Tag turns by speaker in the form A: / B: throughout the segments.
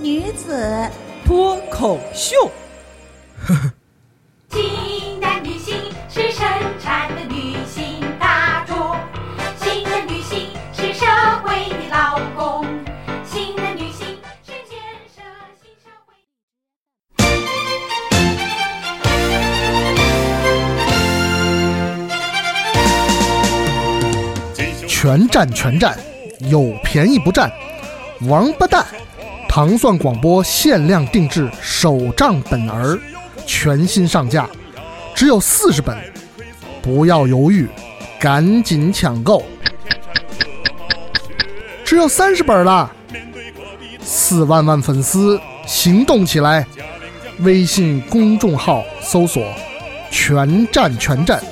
A: 女子
B: 脱口秀。
C: 新的旅行是生产的旅行大众，新的旅行是社会的劳工，新的旅行是建设新社会。
D: 全占全占，有便宜不占，王八蛋！糖蒜广播限量定制手账本儿，全新上架，只有四十本，不要犹豫，赶紧抢购！只有三十本啦！四万万粉丝行动起来！微信公众号搜索“全站全站”，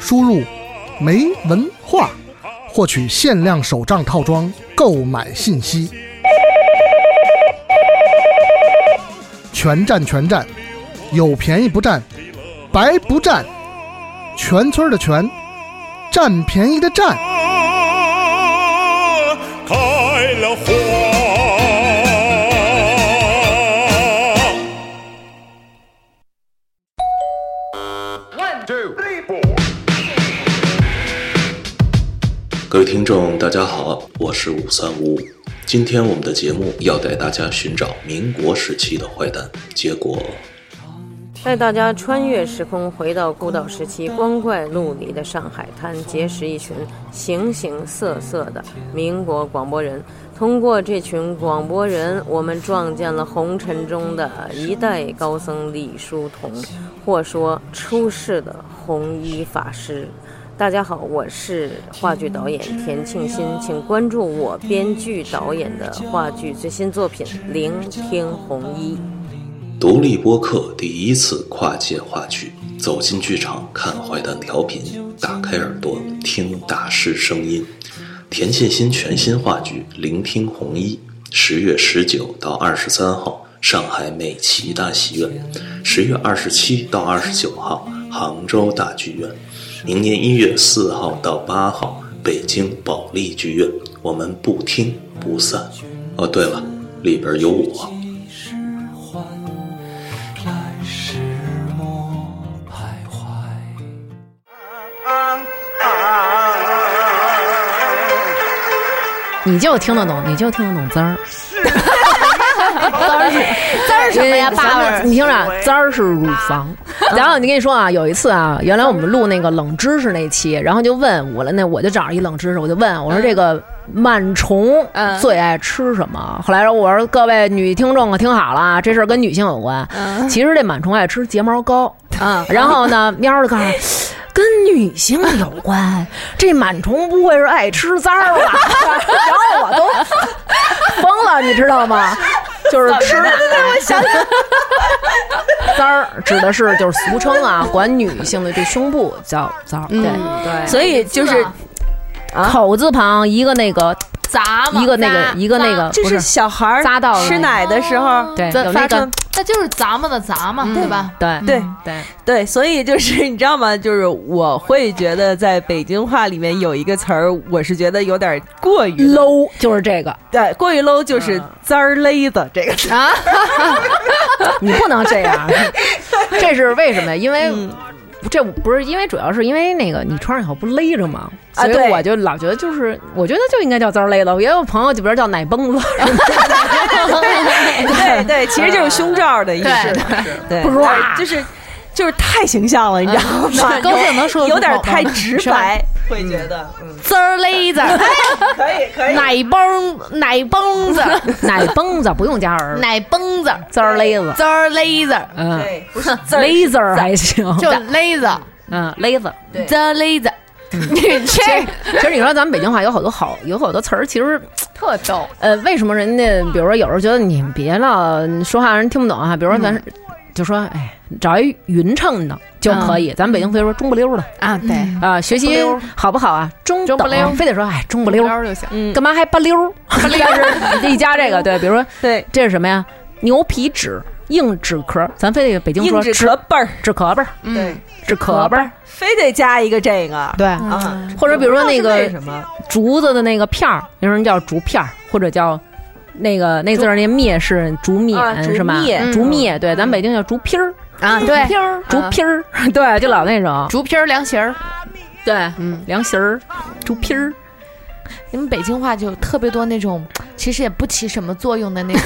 D: 输入“没文化”。获取限量手账套装购买信息。全站全站，有便宜不占，白不占。全村的全，占便宜的占。
E: 开了花。
F: 各位听众，大家好，我是五三五五。今天我们的节目要带大家寻找民国时期的坏蛋，结果
G: 带大家穿越时空，回到孤岛时期光怪陆离的上海滩，结识一群形形色色的民国广播人。通过这群广播人，我们撞见了红尘中的一代高僧李叔同，或说出世的红衣法师。大家好，我是话剧导演田庆新，请关注我编剧导演的话剧最新作品《聆听红衣》。
F: 独立播客第一次跨界话剧，走进剧场看坏蛋调频，打开耳朵听大师声音。田沁鑫全新话剧《聆听红衣》，十月十九到二十三号上海美琪大戏院，十月二十七到二十九号杭州大剧院，明年一月四号到八号北京保利剧院。我们不听不散。哦，对了，里边有我。
H: 你就听得懂，你就听得懂滋儿。 滋儿是
I: 什么呀爸爸
H: 你听着啊，滋儿是乳房。然后你跟你说啊，有一次啊，原来我们录那个冷知识那期，然后就问我了，那我就找着一冷知识，我就问我说这个螨虫
I: 嗯
H: 最爱吃什么？后来我说各位女听众啊，听好了啊，这事儿跟女性有关。其实这螨虫爱吃睫毛膏。
I: 啊，
H: 然后 呢，喵儿就告诉我，跟女性有 关，这螨虫不会是爱吃脏儿吧？ 然后我都疯了，你知道吗？就是吃，我想想， 脏儿指的是就是俗称啊，管女性的这胸部叫脏儿，对，
I: 对
H: 所以就是口字旁一个那个
J: 啊砸嘛，
H: 一个那个
J: 砸
H: 一个那个，
B: 这
H: 呃不是
B: 是小孩儿
H: 扎到了
B: 吃奶的时候，
H: 对
B: 发
H: 有那
B: 生
H: 个
J: 那就是砸嘛的砸嘛，对吧？
H: 对
B: 对
H: 对，
B: 对，所以就是你知道吗？就是我会觉得在北京话里面有一个词儿，我是觉得有点过于
H: low 就是这个，
B: 对，过于 low 就是滋儿勒子这个词。
J: 啊
H: 你不能这 样，这是为什么呀？因为、
J: 嗯
H: 这不是因为主要是因为那个你穿上以后不勒着吗？
B: 啊
H: 所以
B: 对
H: 我就老觉得就是，我觉得就应该叫字儿勒了。我也有朋友就比如叫奶崩子，
B: 对对，其实就是胸罩的意思。对，
H: 不
B: 对
H: 哇
B: 就是就是太形象了，你知道吗？
J: 高兴能说得
B: 有
J: 出
B: 点
J: 口吗
B: 太直白，会觉得嗯，
J: 滋儿勒子，
B: 可以可 以。
J: 奶崩奶崩子，
H: 奶崩子不用加儿，
J: 奶崩子，
H: 字儿勒子，
J: 滋儿勒子，
H: 嗯，
B: 对，不是
H: 勒子儿还行，
J: 就勒子，
H: 嗯勒子，
J: 滋儿勒子，
I: 你这
H: 其实你说咱们北京话有好多好，有好多词儿，其实
I: 特逗。
H: 呃，为什么人家比如说有时候觉得你们别了，你说话让人听不懂啊？比如说咱、就说，哎，找一匀称的就可以。咱们北京非说中不溜的
I: 啊，对，
H: 啊，学习好不好啊？中
I: 中不
H: 等
I: 溜
H: 非得说哎中不溜，
I: 儿就行。
H: 干嘛还不溜儿？ 但是一加这个，对，比如说
B: 对，
H: 这是什么呀？牛皮纸。硬纸壳，咱非得北京
B: 硬
H: 说
B: 纸壳倍儿，
H: 纸壳呗儿，
B: 嗯
I: 对
H: 纸壳呗儿，
B: 非得加一个这个。
H: 对，
B: 啊，
H: 或者比如说那
B: 不知道
H: 个
B: 是为什么
H: 竹子的那个片儿，有人叫竹片儿，或者叫那个那字儿那灭是竹冕、
B: 啊竹
H: 是吗？
B: 篾
H: 竹篾，对，咱北京叫竹皮儿，
I: 啊，对，
H: 皮儿，竹
I: 啊
H: 皮儿，对，就老那种，
I: 竹皮儿凉席儿，
H: 对，
I: 嗯，
H: 凉席儿，竹皮儿，
J: 你们北京话就有特别多那种，其实也不起什么作用的那种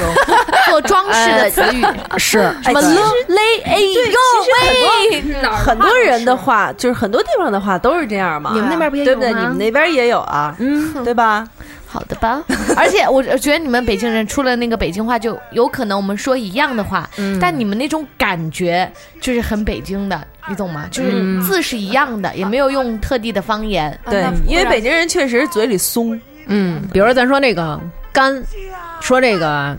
J: 做装饰的词 语。
H: 是
B: 什么嘞？哎呦喂！很多人的话，就是很多地方的话都是这样嘛。
J: 你们那边不也
B: 对
J: 有
B: 不对？你
J: 吗
B: 们那边也有啊，嗯，对吧？
J: 好的吧， 而且我觉得你们北京人除了那个北京话，就有可能我们说一样的话，
H: 嗯
J: 但你们那种感觉就是很北京的，你懂
H: 嗯
J: 吗？就是字是一样的，也没有用特地的方言。
B: 对，因为北京人确实嘴里松，
H: 嗯，比如说咱说那个干，说这个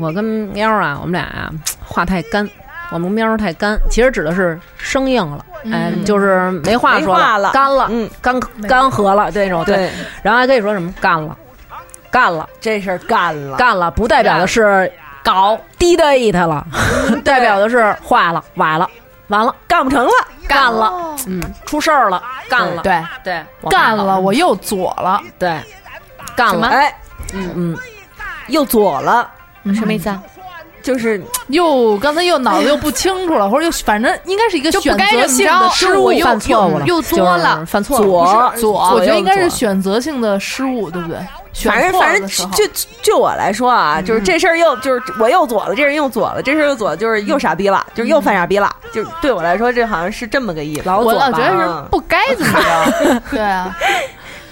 H: 我跟喵儿啊，我们俩啊话太干。我们喵儿太干，其实指的是生硬了，哎，就是没话说
B: 没话了
H: 干了，
B: 嗯，
H: 干干涸了这种，对，
B: 对，
H: 然后还可以说什么干了，干了，
B: 这事儿干了，
H: 干了，不代表的是搞滴答一它了， 代表的是坏了，崴了，完了，
B: 干不成了，
H: 干了，嗯，出事儿了，干了，
I: 对，
H: 对，
I: 干了，，我又左了，
H: 对，干了，
B: 哎，
H: 嗯嗯，
B: 又左了，
J: 什么意思啊？
B: 就是
K: 又刚才又脑子又不清楚了，或者又反正应该是一个
I: 就不
K: 选
I: 该
K: 择
I: 这么
K: 性
I: 着
K: 的失
I: 是
K: 误
I: 我，又
H: 犯错误了，
J: 又
H: 就是
J: 作了
H: 犯错误了，
B: 左
K: 左我觉得应该
H: 右
K: 是
H: 左
K: 选择性的失误，对不对？选
B: 反正
K: 错了
B: 反正
K: 的时候
B: 就就就我来说啊，
H: 嗯
B: 就是这事儿又就是我又左了，这人又左了，这事儿又左了，就是又傻逼了，就是又犯傻逼了，就是对我来说这好像是这么个意思。
H: 嗯老
J: 我
H: 左
J: 老觉
H: 吧，嗯
J: 得是不该怎么着。对啊，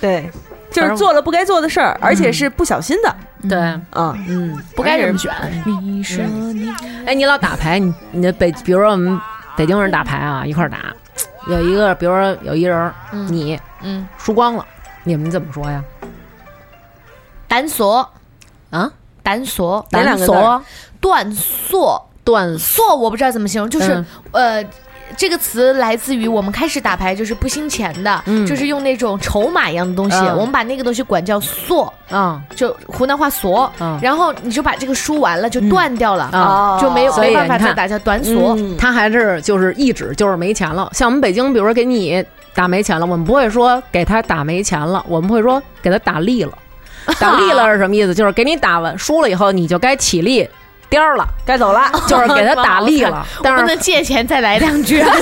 B: 对，就
H: 反正
B: 是做了不该做的事儿，而且是不小心的，
H: 对，
B: 嗯，
H: 嗯，
K: 不该这么选。
J: 你说你
H: 哎，你老打牌，你你的北，比如说我们北京人打牌啊，一块儿打，有一个，比如说有一人儿，你
J: 嗯
H: 输光了，你们怎么说呀？
J: 胆索
H: 啊，
J: 胆索
B: 哪两个字儿
J: 索断索
H: 断送
J: 索，我不知道怎么形容，就是呃。
H: 嗯
J: 这个词来自于我们开始打牌就是不兴钱的，
H: 嗯
J: 就是用那种筹码一样的东西，
H: 嗯
J: 我们把那个东西管叫索，
H: 啊，
J: 就湖南话索，
H: 嗯
J: 然后你就把这个输完了就断掉了，
H: 啊
J: 就没有
H: 所以
J: 没办法
H: 你看
J: 再打叫短索。
B: 嗯
H: 他还是就是一指就是没钱了。像我们北京，比如说给你打没钱了，我们不会说给他打没钱了，我们会说给他 打利了。打利了是什么意思？就是给你打完输了以后，你就该起立颠 儿了，
B: 该走了。
H: 就是给他打利了。但
J: 不
H: 是
J: 能借钱 再来两句啊，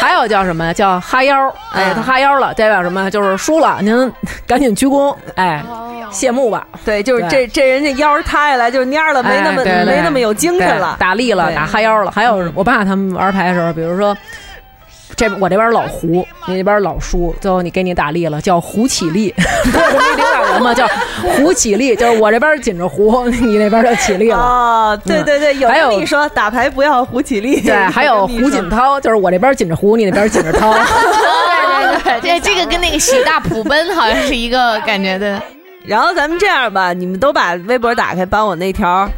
H: 还有叫什么？叫哈腰儿，哎，他哈腰了，代表什么？就是输了，您赶紧鞠躬，哎，
J: 哦
H: 谢幕吧，
B: 对，就是这这人家腰儿塌下来就蔫了，没那么
H: 哎对对
B: 没那么有精神了
H: 对。打力了，
B: 对嗯
H: 打哈腰了。还有我爸他们玩牌的时候，比如说。这我这边老胡，你那边老输，最后你给你打力了，叫胡起力， 不是没领导人吗？叫胡起力，就是我这边紧着胡，你那边就起力了。
B: 哦，对对对，有
H: 嗯还有
B: 跟你说打牌不要胡起立，
H: 对，还 有胡锦涛，就是我这边紧着胡，你那边紧着涛。
J: 对对 对，这个跟那个喜大普奔好像是一个感觉的。
B: 然后咱们这样吧，你们都把微博打开，把我那条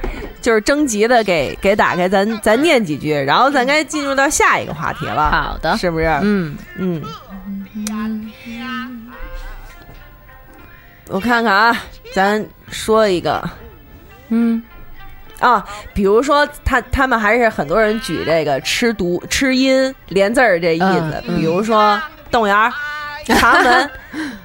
B: 就是征集的给给打开，咱咱念几句，然后咱该进入到下一个话题了。
H: 好的
B: 是不是？
H: 嗯，
B: 嗯。我看看啊，咱说一个，
H: 嗯
B: 啊，比如说他他们还是很多人举这个吃读吃音连字儿这意思，
H: 嗯
B: 比如说动物园儿、茶门、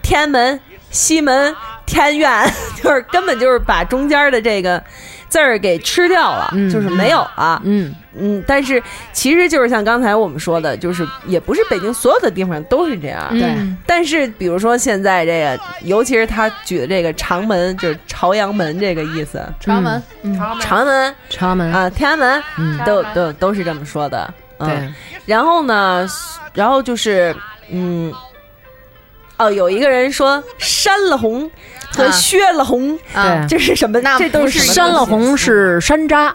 B: 天安门、西门、天苑， 就是根本就是把中间的这个字儿给吃掉了，就是没有了。
H: 嗯，
B: 嗯，但是其实就是像刚才我们说的，就是也不是北京所有的地方都是这样。
H: 对，
B: 但是比如说现在这个，尤其是他举的这个长门，就是朝阳门这个意思，
H: 朝阳门，
B: 长门。
H: 朝阳嗯门，
B: 啊，天安门，
H: 嗯
B: 都都都是这么说的。嗯，
H: 对，
B: 然后呢，然后就是嗯，哦，有一个人说山了红和
J: 啊
B: 薛了红，
H: 对
B: 这是什么？这都是什
H: 山
B: 么
H: 了红是山楂，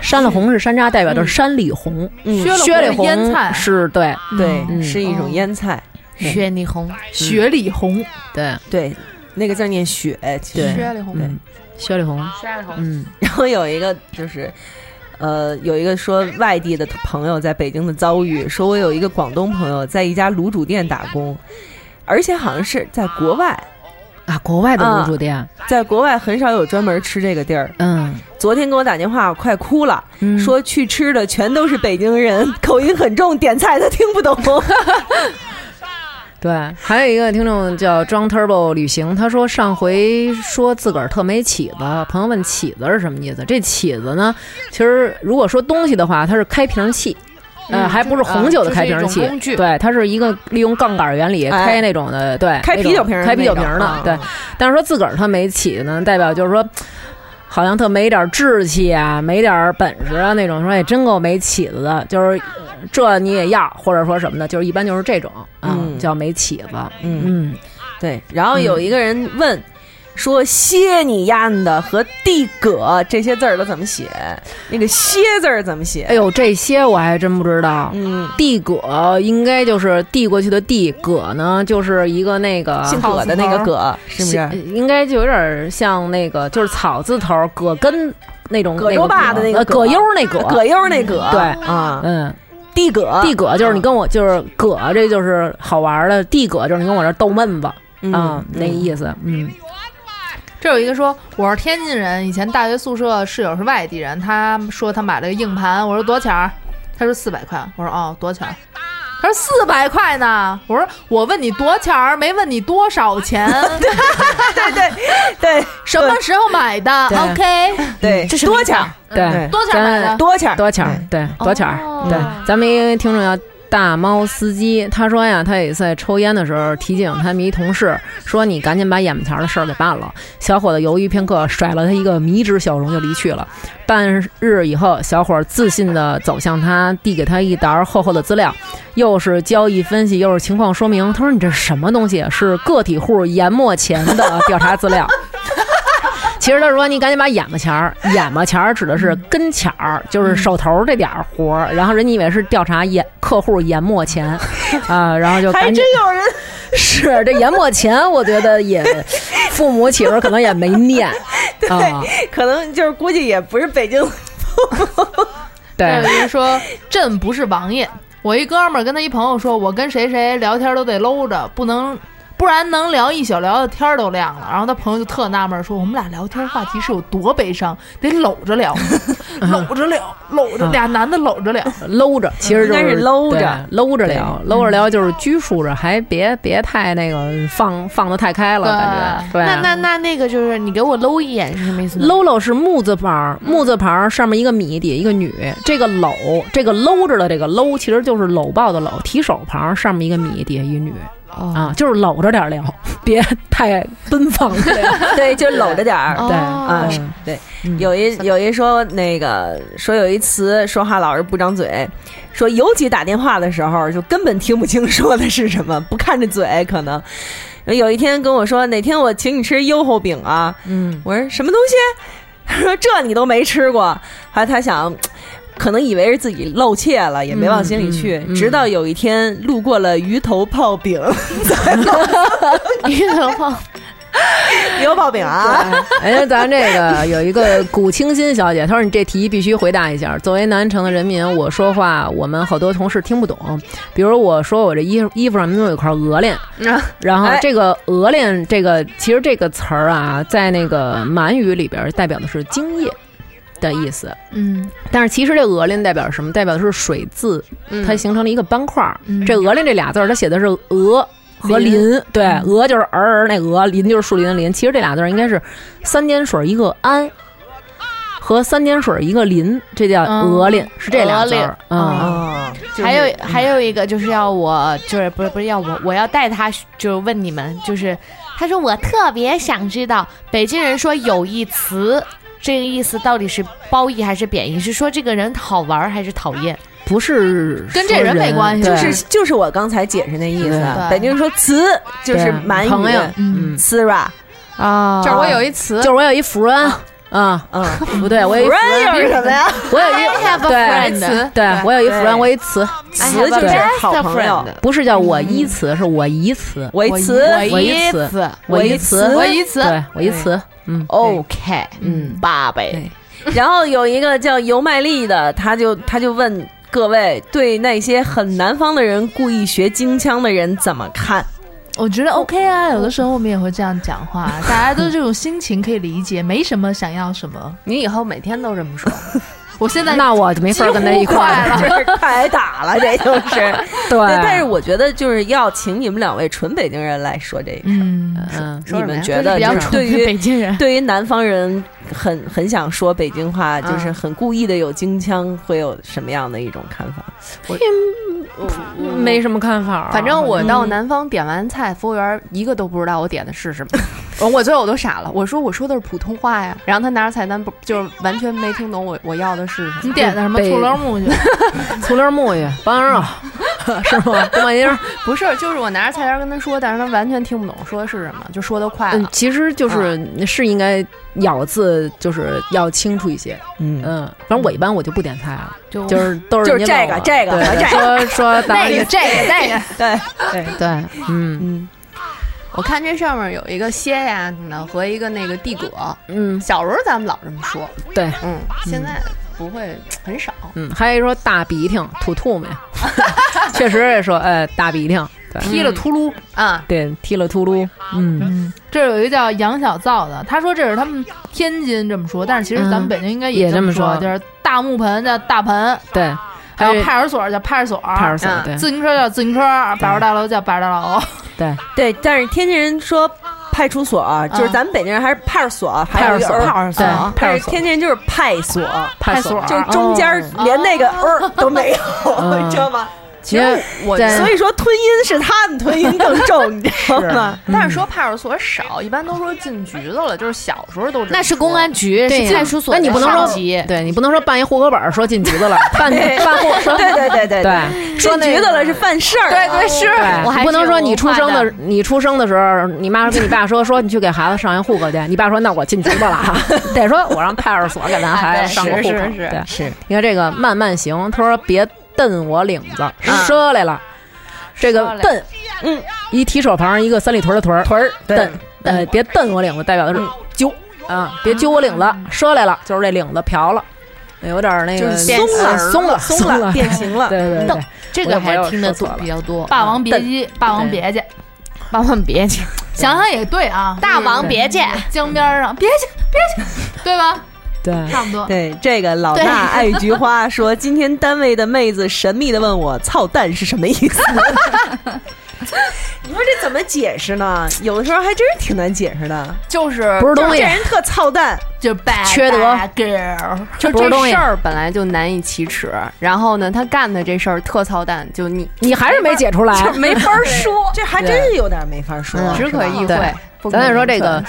H: 山了红是山楂，代表的是山里红。嗯
B: 嗯
H: 薛
K: 薛
H: 里
K: 里红是
H: 红
K: 腌菜
H: 是对，
B: 对，
H: 嗯
B: 是一种腌菜。
J: 雪里红，
K: 雪里红，
H: 对
B: 对，那个字儿念雪。其实
H: 对，
K: 雪里红，
H: 嗯，薛里红，
J: 雪里红，
H: 嗯，
B: 然后有一个就是。呃，有一个说外地的朋友在北京的遭遇，说我有一个广东朋友在一家卤煮店打工，而且好像是在国外，
H: 啊，国外的卤煮店，
B: 在国外很少有专门吃这个地儿。
H: 嗯，
B: 昨天给我打电话，我快哭了，
H: 嗯
B: 说去吃的全都是北京人，口音很重，点菜他听 不懂。
H: 对，还有一个听众叫装 Turbo 旅行，他说上回说自个儿特没起子，朋友问起子是什么意思？这起子呢，其实如果说东西的话，它是开瓶器。呃，
J: 嗯
H: 还不是
J: 就是
H: 红酒的
J: 啊
H: 开瓶
J: 就是一
H: 器
J: 种工，具
H: 对，它是一个利用杠杆原理
B: 哎
H: 开那种的，对，
B: 开
H: 那
B: 啤酒
H: 种
B: 瓶儿
H: 开啤酒
B: 那
H: 瓶
B: 种
H: 儿的
B: 啊，
H: 对。但是说自个儿他没起呢，代表就是说，好像特没点儿志气啊，没点儿本事啊那种，说也真够没起子的，就是这你也要，或者说什么的，就是一般就是这种啊，
B: 嗯
H: 叫没起子。
B: 嗯，
H: 嗯，
B: 对。然后有一个人问。说歇你丫的和地葛这些字儿都怎么写？那个歇字儿怎么写？
H: 哎呦，这些我还真不知道。
B: 嗯，
H: 递葛应该就是递过去的递，葛呢就是一个那个
B: 姓葛的那个葛，是不
H: 呃
B: 是？
H: 应该就有点像那个就是草字头儿葛根那种
B: 葛优爸的
H: 那
B: 那个
H: 个葛呃葛优那葛。
B: 葛优那葛，
H: 对
B: 啊，
H: 嗯，
B: 地葛，
H: 递葛就是你跟我就是葛，这就是好玩儿的。递葛就是你跟我这儿逗闷子
B: 嗯
H: 啊，那意思。嗯，
I: 这有一个说我是天津人，以前大学宿舍室友是外地人，他说他买了个硬盘，我说多少钱儿？他说四百块，我说哦多少钱儿？他说四百块呢，我说我问你多少钱儿，没问你多少钱，
B: 对对对
I: 什么时候买的
H: 对
I: ？OK，
B: 对，
J: 这是
B: 嗯多钱儿
H: 对，
I: 多少钱买的？
B: 多钱儿，
H: 多钱儿，对，多钱儿，对。咱们一个听众叫大猫司机，他说呀，他有一次在抽烟的时候提醒他们一同事说：“你赶紧把眼前的事儿给办了。”小伙子犹豫片刻，甩了他一个迷之笑容就离去了。半日以后，小伙自信地走向他，递给他一沓厚厚的资料，又是交易分析，又是情况说明。他说：“你这是什么东西？是个体户研末前的调查资料。”其实他说：“你赶紧把眼巴前儿，眼巴前儿指的是跟前儿，就是手头这点儿活儿。然后人家以为是调查研客户研末前，啊、然后就
B: 还
H: 赶紧
B: 真有人
H: 是这研末前，我觉得也父母起时可能也没念啊，
B: 可能就是估计也不是北京，
I: 还有
H: 对，
I: 一个说朕不是王爷，我一哥们儿跟他一朋友说，我跟谁谁聊天都得搂着，不能。不然能聊一宿，聊到天儿都亮了。然后他朋友就特纳闷儿说：“我们俩聊天话题是有多悲伤，得搂着聊，
H: 嗯
I: 搂着聊，搂着俩男的搂着聊。
J: 嗯
H: 搂着，其实就
B: 应该是搂着
H: 对搂着聊，搂着聊就是拘束着，还别别太那个放放的太开了，感觉对
J: 那那那那个就是你给我搂一眼是什么意思呢？嗯
H: Lolo 是木字旁儿，木字旁儿上面一个米，底下一个女。这个搂，这个搂着的这个搂，其实就是搂抱的搂，提手旁儿上面一个米，底下一女。
J: 哦
H: 啊，就是搂着点儿聊， 别太奔放了。
B: 对，就搂着点
J: 哦
B: 儿。
H: 对
B: 啊，是对，有一有一说那个说有一词说话老是不张嘴，说尤其打电话的时候就根本听不清说的是什么，不看着嘴可能。有一天跟我说哪天我请你吃优厚饼啊，
H: 嗯，
B: 我说什么东西？ 他说这你都没吃过，还他想。可能以为是自己露怯了，也没往心里去。
H: 嗯嗯嗯
B: 直到有一天路过了鱼头泡饼，
J: 鱼头泡，
B: 鱼头泡饼啊，
H: 哎，咱这个有一个古清新小姐，她说你这题必须回答一下。作为南城的人民，我说话我们好多同事听不懂，比如我说我这衣衣服上面有一块鹅链，然后
B: 哎
H: 这个鹅链这个其实这个词儿啊，在那个满语里边代表的是精液。的意思，
I: 嗯，
H: 但是其实这鹅链代表什么？代表的是水字，它形成了一个斑块儿。
I: 嗯
H: 这鹅链这俩字儿，它写的是鹅和林，对，鹅就是儿儿那鹅，林就是树林的林。其实这俩字儿应该是三点水一个安，和三点水一个林，这叫
I: 嗯
H: 鹅链，是这俩
J: 鹅
H: 字
J: 链
H: 儿。嗯，
B: 哦
J: 还有还有一个就是要我就是不是不是要我我要带他就是问你们就是他说我特别想知道北京人说有一词。这个意思到底是褒义还是贬义？是说这个人好玩儿还是讨厌？
H: 不是
I: 跟这
H: 说
I: 人没关系
H: 对
B: 就是就是我刚才解释那意思啊。
I: 对
B: 北京人说词就是
H: 对
B: 满语
H: 朋友，
I: 嗯
B: ，sira，
H: 啊，
I: 这儿我有一词
H: 就是我有一夫人，啊嗯，不对，我有一
B: friend 又是什么呀
H: 我有一
B: I have a
H: 对
B: friend
H: 对，我有一
B: 对
H: friend，我有一词
B: I have
H: 词
B: a
H: 就是
B: best
H: 好朋友
B: friend，
H: 不是叫我一词，是我一词，
B: 我一词
H: 我一
B: 我一
H: 词
B: 词，
H: 我一词，
B: 我一词
H: 对，我一词，嗯
B: ，OK，
H: 嗯，
B: 八倍。然后有一个叫尤麦丽的，他就他就问各位对那些很南方的人故意学京腔的人怎么看？
I: 我觉得 OK 啊，有的时候我们也会这样讲话，大家都这种心情可以理解，没什么想 要什么。啊
J: 你以后每天都这么 说，
I: 我现在
H: 那我就没法跟他一块儿了
I: 几乎快
B: 了，太打了，这就是。
H: 对
B: 但是我觉得就是要请你们两位纯北京人来说这个事儿。
H: 嗯
B: 你们觉得
H: 比
B: 就
H: 较
B: 是对于
H: 北
I: 京人，
B: 对于南方人很很想说北京话，就是很故意的有京腔，会有什么样的一种看法？
H: 没什么看法。
K: 反正我到
H: 嗯
K: 南方点完菜，服务员一个都不知道我点的是什么， 我我最后我都傻了，我说我说的是普通话呀，然后他拿着菜单不就是完全没听懂我我要的是什么？
I: 你点的什么
K: 北
I: 醋溜木去？
H: 醋溜木去，棒肉是吗？这玩意儿
K: 不是，就是我拿着菜单跟他说，但是他完全听不懂我说的是什么，就说的快
H: 嗯
K: 了，。
H: 其实就是、是应该咬字就是要清楚一些。
B: 嗯
H: 反正我一般我就不点菜了，
I: 就
H: 就是都是
B: 就是
H: 您
B: 这
H: 弄
B: 个
H: 了
B: 这个
H: 对
B: 和这
H: 说
B: 个
H: 说咱们
K: 这个，
B: 对对
H: 对，嗯
K: 我看这上面有一个蝎呀呢和一个那个地葛，
H: 嗯，
K: 小时候咱们老这么说，
H: 对，
K: 嗯，现在不会很少。
H: 嗯，还有一说大鼻涕吐吐沫， 确实也说哎大鼻涕，对嗯
I: 踢了秃噜
K: 啊，
H: 对踢了秃噜，嗯，
I: 这儿有一个叫杨小灶的，他说这是他们天津这么说，但是其实咱们
H: 嗯
I: 北京应该
H: 也
I: 这
H: 这么
I: 说，
H: 说
I: 就是大木盆叫大盆，
H: 对，
I: 还有
H: 有
I: 派出所叫派出所，
H: 派出所
I: 嗯
H: 对
I: 自行车叫自行车，百货大楼叫百货大楼，
H: 对
B: 对，但是天津人说派出所，就是咱们北京人还是派出所，还有一个
H: 嗯派出所
B: 儿
H: 对派
B: 但
H: 出
B: 是
H: 所
B: 天津人就是派所，
H: 派出所哦
B: 就是中间儿连那个儿都没有，
H: 嗯
B: 你知道吗？
H: 其实我在
B: 所以说吞音是他们吞音更重，你知道吗？
K: 但是说派出所少，一般都说进局子了，就是小时候都这么
J: 那是
K: 说
J: 公安局，
H: 对
J: 是
H: 呀
J: 派出所
H: 那
J: 的上级，
H: 你不能说，对你不能说办一户口本儿说进局子了， 办办户嗯说
B: 对对对对
H: 对，说
B: 进
H: 那
B: 局
H: 个
B: 子了是犯事儿，啊对对是
H: 对，
J: 我还
H: 你不能
J: 是
H: 说
J: 有
H: 你
J: 文
H: 出
J: 化
H: 生
J: 的
H: 的，你出生的时候，你妈跟你爸说说你去给孩子上一户口去，你爸说那我进局子了 啊，得说我让派出所给
J: 哎
H: 咱孩子上个户口。
K: 是是是
H: 对，你看这个慢慢行，他说别蹬我领子，折来了。这个
J: 来
H: 蹬，嗯，一提手旁一个三里屯的屯儿，屯儿蹬，呃，别蹬我领子，代表的是揪啊，别揪我领子，折来了就是这领子瓢了。有点儿那
B: 就
H: 个
B: 是松了
H: 呃松了，
B: 松
H: 了，
B: 变形了。
H: 对对对
J: 瞪，这
H: 我
J: 个
H: 也没
J: 还
H: 有
J: 听得
H: 说错
J: 懂
H: 了
J: 比较多。
I: 霸王别姬，霸王别姬，
J: 霸王别姬，
I: 想想也对啊，
J: 嗯大王别姬，
I: 江边儿上别姬别姬，对吧？
H: 对，
I: 差不多。
B: 对，这个老
J: 对
B: 大爱菊花说，今天单位的妹子神秘的问我“操蛋”是什么意思。 你说这怎么解释呢？有的时候还真是挺难解释的。
K: 就是
H: 不是
B: 就是
H: 东
B: 这
H: 西，
B: 人特操蛋，
I: 就是 bad
H: 缺德哦
I: bad girl，
K: 就
H: 不是东
K: 这
H: 西
K: 事儿本来就难以启齿，然后呢，他干的这事儿特操蛋，就你
H: 你还是没嗯解出 来，
B: 没法说， 这还真是有点没法说。
K: 只可意
H: 对
K: 会。不可
H: 咱再说
K: 言
H: 这个
K: 传，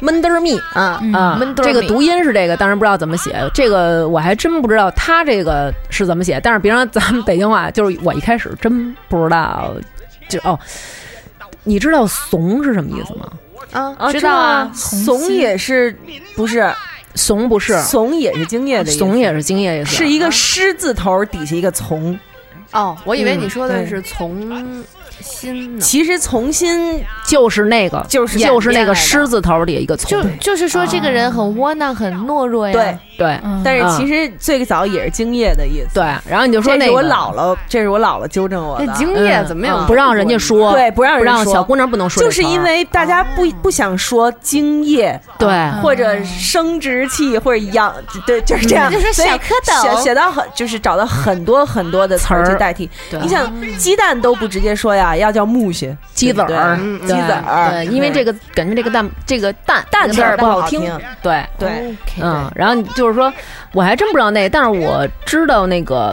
H: 闷嘚儿蜜
K: 嗯，
H: 啊
J: 闷，嘚儿
H: 这个
J: 蜜
H: 读音是这个，当然不知道怎么写。这个我还真不知道他这个是怎么写，但是别让咱们北京话，就是我一开始真不知道，就哦，你知道怂是什么意思吗？
B: 啊，
I: 知道啊
B: 怂也是不是？
H: 怂不是，
B: 怂也是敬业的意思，
H: 怂也是敬业意思，
B: 是一个狮字头底下一个从。
K: 哦，我以为你说的
B: 嗯对
K: 是从心呢，
B: 其实从心
H: 就是那个
B: 就是
H: 就是那
K: 演变来的
H: 个狮字头里一个从
J: 就，就是说这个人很窝囊，很懦弱呀。
B: 啊对，
H: 对
I: 嗯
B: 但是
H: 嗯
B: 其实最早也是敬业的意思。
H: 对，然后你就说
B: 这
H: 那
B: 是
H: 个
B: 我姥姥，这是我姥姥纠正我的啊
K: 那。经验
H: 嗯
K: 怎么有
H: 不让人家说，
B: 对不让人
H: 不让
B: 说
H: 小姑娘不能说
B: 就
H: 这词
B: 是
H: 儿，
B: 因为大家
J: 哦
B: 不不想说精液，
H: 对。
J: 嗯
B: 或者生殖器，或者养，对，就是这样。
J: 就是
B: 所以
J: 小蝌蚪
B: 写写到很，就是找到很多很多的词儿
H: 词儿
B: 去代替。
H: 对
B: 你想，
J: 嗯
B: 鸡蛋都不直接说呀，要叫木屑、
H: 鸡子
B: 对不对
H: 儿、
B: 嗯鸡
H: 对
B: 子儿，
H: 对，因为这个感觉这个蛋这个蛋
B: 蛋
H: 这个
B: 字儿
H: 不
B: 不好
H: 听
B: 听，
H: 对。
J: 哦
B: 对，
H: 嗯，然后你就是说，我还真不知道那个，但是我知道那个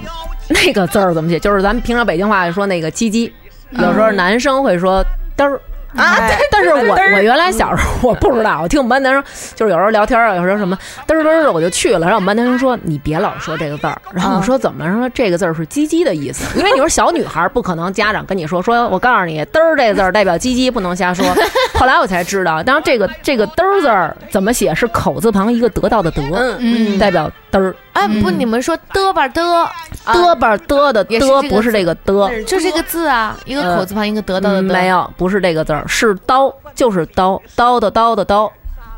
H: 那
B: 嗯
H: 个字儿怎么写，就是咱们平常北京话说那个“唧唧”，有时候男生会说“嘚儿”，啊！但是我我原来小时候我不知道，我听我们班男生就是有时候聊天啊，有时候什么嘚儿嘚儿的，我就去了。然后我们班男生说：“你别老说这个 字儿。”然
J: 嗯
H: 后我说：“怎么了？”说这个字儿是“鸡鸡”的意思，因为你说小女孩儿不可能家长跟你说说，我告诉你，嘚儿这个字儿代表鸡鸡，不能瞎说。 后来我才知道，当然这个这个嘚儿字儿怎么写是口字旁一个得到的得，
J: 嗯
H: 代表嘚儿。
J: 哎，不，你们说嘚吧嘚，
H: 嘚吧嘚的
J: 啊也是
H: 嘚
J: 这个
H: 不是这个
B: 哦
H: 嘚，
J: 就这个字啊，一个口字旁一个得到的
H: 嗯
J: 得，
H: 没有，不是这个字儿，是刀，就是刀，刀的刀的刀，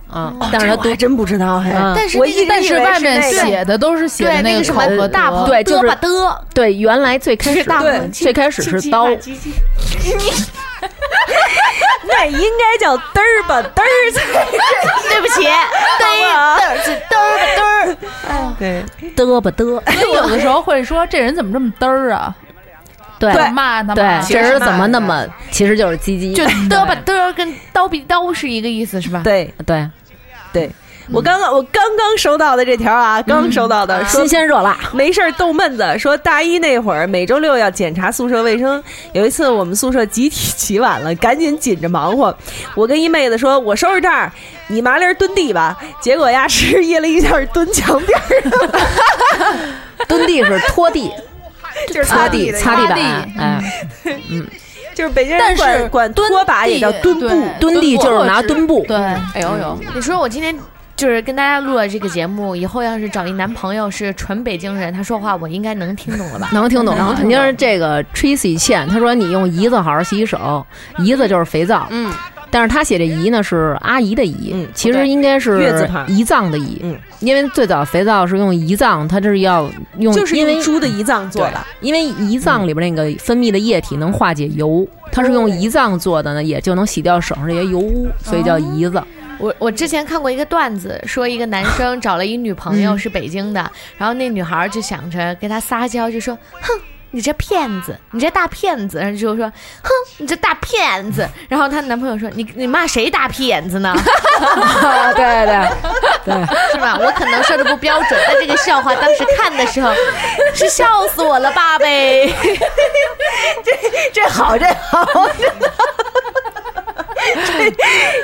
H: 啊，
J: 哦
H: 但是它
C: 我还真不知道嘿。
H: 嗯
J: 但是
C: 我
J: 那个
C: 一直
I: 但
C: 以
I: 是
C: 为
I: 外面
C: 那个
I: 写的都是写的
J: 对那
I: 个
J: 什
I: 口
J: 么
I: 和
J: 大
I: 德，
H: 对，就是
J: 嘚吧嘚，
H: 对，原来最开始
J: 大
H: 对
J: 鹏
H: 最开始是刀，
B: 那应该叫嘚儿吧嘚儿才
J: 对不起， 嘚是嘚吧嘚儿。
B: 对。
H: 嘚吧 嘚，
I: 所以有的时候会说这人怎么这么嘚儿啊？
H: 对
I: 骂他
H: 对
I: 们，，
H: 这人怎么那么，其实就是鸡鸡，
J: 就嘚吧嘚儿跟刀比刀是一个意思是吧？
B: 对
H: 对，
B: 我刚刚我刚刚收到的这条啊，
H: 嗯
B: 刚收到的，说
H: 新鲜热 辣，
B: 没事儿逗闷子，说大一那会儿每周六要检查宿舍卫生。有一次我们宿舍集体起晚了，赶紧紧着忙活。我跟一妹子说：“我收拾这儿，你麻利儿蹲地吧。”结果呀，是掖了一下蹲墙边儿，
H: 蹲地是拖地，
B: 就是
H: 擦
B: 地
H: 地
B: 的
H: 擦地
B: 意思，
H: 板，
I: 嗯
H: 哎，
B: 就是北京
I: 但
B: 人
I: 是
B: 管管拖把也叫蹲
I: 对
B: 布。
H: 蹲地就是拿蹲布，
I: 对，哎呦呦，
J: 你说我今天就是跟大家录了这个节目，以后要是找一男朋友是纯北京人，他说话我应该能听懂了吧？
H: 能听懂吗？你就是这个 Tracy 倩，她说你用姨子好好洗洗手，姨子就是肥皂，
I: 嗯，
H: 但是她写这姨呢是阿姨的姨，
B: 嗯
H: 其实应该是
B: 月字旁
H: 胰脏的胰，
B: 嗯
H: 因为最早肥皂是用胰脏，它这是要用，
B: 就是
H: 因为
B: 用猪的胰脏做的，
H: 因为胰脏里边那个分泌的液体能化解油，它是
B: 哦
H: 用胰脏做的呢，也就能洗掉手上这些油污，所以
B: 哦
H: 叫胰子。
J: 我我之前看过一个段子，说一个男 生找了一女朋
K: 嗯
J: 友是北京的，然后那女孩就想着跟他撒娇，就说：“哼，你这骗子，你这大骗子。”然后就说：“哼，你这大骗 子。”然后她男朋友说：“你你骂谁大骗子呢？
H: 啊， 对对
J: 是吧？我可能说的不标准，但这个笑话当时看的时候是笑死我了，爸呗。
B: 这好，这好，这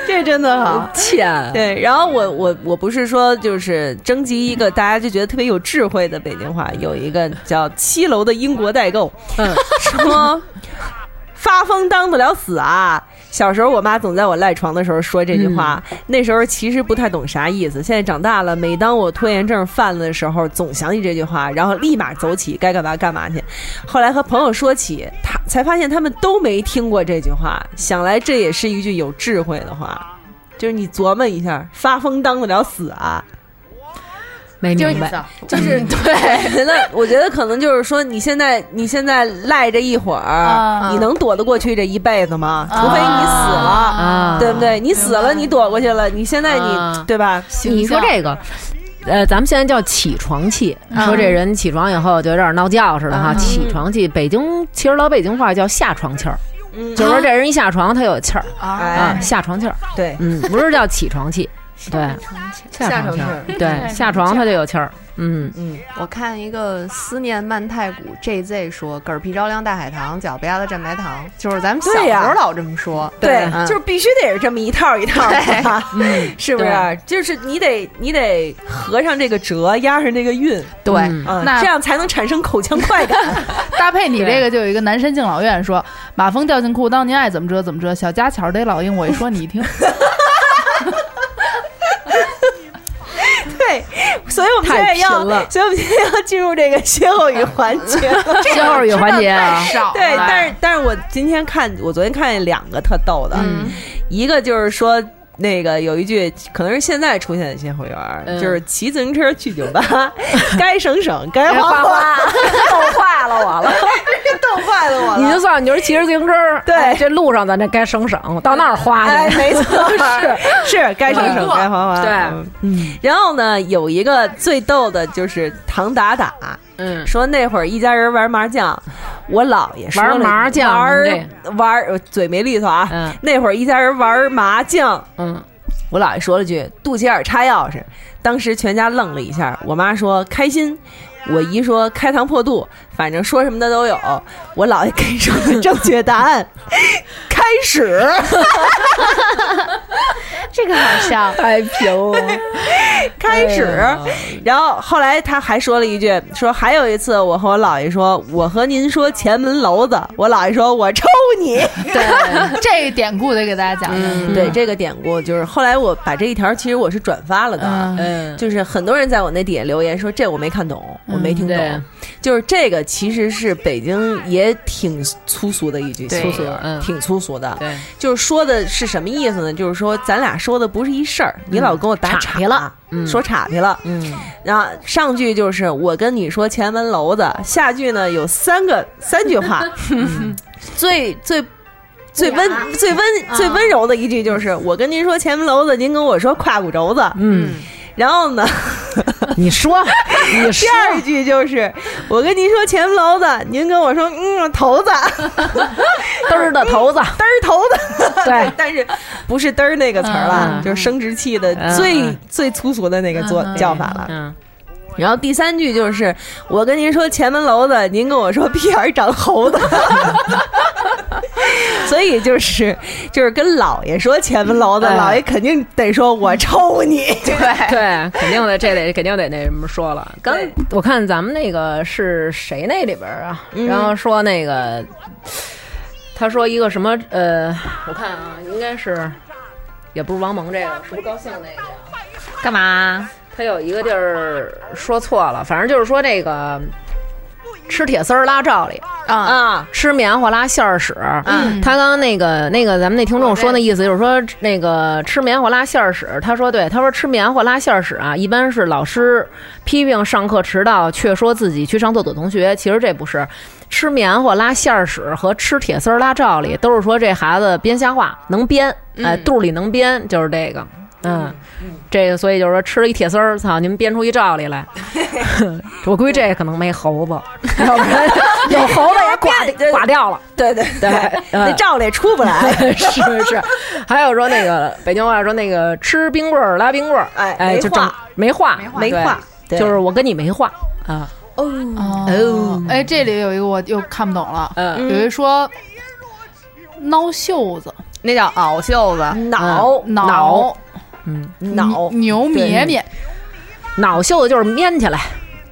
B: 这真的好。
H: 欠
B: 对，然后我我我不是说就是征集一个大家就觉得特别有智慧的北京话，有一个叫七楼的英国代购，
H: 嗯，
B: 说发疯当不了死啊。小时候我妈总在我赖床的时候说这句话，那时候其实不太懂啥意思。现在长大了，每当我拖延症犯了的时候，总想起这句话，然后立马走起，该干嘛干嘛去。后来和朋友说起，他才发现他们都没听过这句话。想来这也是一句有智慧的话。就是你琢磨一下，发疯当不了死啊！
H: 没明白。
B: 就是嗯对，那我觉得可能就是说，你现在你现在赖这一会儿，
I: 啊
B: 你能躲得过去这一辈子吗？除非你死了，
H: 啊，
B: 对不对？你死了，你躲过去了，你现在你
H: 啊
B: 对吧？
H: 你说这个。呃，咱们现在叫起床气，
J: 嗯
H: 说这人起床以后就有点闹觉似的哈。起床气，北京其实老北京话叫下床气儿，
J: 啊
B: 嗯
H: 就是说这人一下床他有气儿啊
B: 哎，，
H: 下床气儿，
B: 对，
H: 嗯，不是叫起床气，对，下床气儿，对，下床他就有气儿，嗯，
B: 嗯，
K: 我看一个思念曼太古 JZ 说，嗝屁着凉大海棠，脚不丫子蘸白糖，就是咱们小
B: 对
K: 时
B: 呀
K: 候老这么说。
B: 对，
K: 嗯
B: 就是必须得是这么一套一套的， 是不是？就是你得你得合上这个折，压上这个韵，
K: 对，
H: 嗯
B: 嗯，
I: 那
B: 这样才能产生口腔快感。
I: 搭配哎你这个就有一个南山敬老院说，马蜂掉进裤裆，您爱怎么折怎么折，小家巧儿逮老鹰，我一说你一听，
B: 对，所以我们现在
H: 太
B: 要
H: 贫了，
B: 所以我们现在要进入这个歇后语环节了。
H: 歇后语环节啊，
I: 少
B: 对，但是但是我今天看，我昨天看见两个特逗的，
H: 嗯
B: 一个就是说。那个有一句可能是现在出现的歇后语儿，
H: 嗯
B: 就是骑自行车去酒吧， 该省省，该花
H: 花
B: 花，
H: 花 逗坏了 我了。
B: 逗坏了我
H: 你
B: 了。
H: 就算你就是骑着自行车，
B: 对
H: 哎这路上咱这该省省，我到那儿花
B: 哎，
H: 去。
B: 没错， 是是，该省省，该花花。
H: 对
B: 嗯，然后呢，有一个最逗的就是唐打打，
H: 嗯，
B: 说那会儿一家人玩麻将，我姥爷说了
H: 玩麻将
B: 玩儿
H: 对
B: 玩儿呃嘴没利索啊。
H: 嗯
B: 那会儿一家人玩麻将，
H: 嗯，
B: 我姥爷说了句“肚脐眼儿插钥匙”，当时全家愣了一下。我妈说：“开心。”我姨说开膛破肚，反正说什么的都有。我姥爷给出的正确答案， 开始。
J: 这个好 笑，
C: 太
B: 哎
C: 平了。
B: 开始，然后后来他还说了一句，说还有一次我和我姥爷说，我和您说前门楼子，我姥爷说我抽你。
I: 对，这典故得给大家讲讲。
H: 嗯
B: 对这个典故，就是后来我把这一条，其实我是转发了的，
H: 嗯
B: 就是很多人在我那底下留言说这我没看懂，我没听懂，
H: 嗯对
B: 就是这个其实是北京也挺粗俗的一句
H: 对
B: 粗俗
H: 嗯，
B: 挺粗俗的，
H: 对，
B: 就是说的是什么意思呢？就是说咱俩说的不是一事儿，你老跟我打岔
H: 嗯岔了，嗯
B: 说岔劈了，
H: 嗯，
B: 然后上句就是我跟你说前门楼子，下句呢有三个三句 话，嗯最最。最温最温
H: 嗯
B: 最温柔的一句就是，我跟您说前门楼子，您跟我说胯骨轴子，
H: 嗯，
B: 然后呢，
H: 你说，你
B: 第
H: 说，
B: 二句就是我跟您说前门楼子，您跟我说嗯 头子，
C: 嘚儿的头子，
B: 嘚儿头子，
C: 对，
B: 但是不是嘚儿那个词儿了，
H: 嗯
B: 就是生殖器的
H: 嗯
B: 最、
H: 嗯
B: 最粗俗的那个做、叫法了。
H: 嗯，
B: 然后第三句就是，我跟您说前门楼子，您跟我说屁眼儿长猴子。 所以就是就是跟老爷说前门楼子，
H: 哎
B: 老爷肯定得说我抽你。
H: 对，肯定得，这得肯定得那什么说了。刚我看咱们那个是谁那里边儿啊，
J: 嗯
H: 然后说那个，他说一个什么呃，我看啊，应该是也不是王蒙这个，是不是高兴那个呀？
J: 干嘛？
H: 他有一个地儿说错了，反正就是说这个吃铁丝儿拉罩里
J: 啊，
H: 啊，吃棉花拉馅儿屎。
J: 嗯
H: 他刚刚那个那个咱们那听众说那意思就是说那个吃棉花拉馅儿屎，他说对，他说吃棉花拉馅儿屎啊，一般是老师批评上课迟到，却说自己去上厕所同学，其实这不是。吃棉花拉馅儿屎和吃铁丝儿拉罩里，都是说这孩子编瞎话，能编，哎，肚里能编，就是这个，嗯，这个所以就是说吃了一铁丝儿，操，你们编出一罩里来， 我估计这可能没猴 子，要不然有猴子也挂
B: 变
H: 挂掉了。
B: 对对
H: 对
B: 那
H: 嗯
B: 照里出不来。
H: 是 是，还有说那个北京话说那个吃冰棍儿拉冰棍儿，
B: 哎
H: 哎，
B: 没
H: 就
B: 话
H: 整没话
B: 没
H: 对
B: 话对
H: 就是我跟你没话啊，
I: 哦，哎，这里有一个我又看不懂了，
H: 嗯
I: 有一说
J: 嗯
I: 挠袖子，
K: 那叫袄袖子，
B: 脑
H: 嗯
I: 挠
B: 脑
I: 嗯牛咩咩，
H: 脑袖子就是面起来，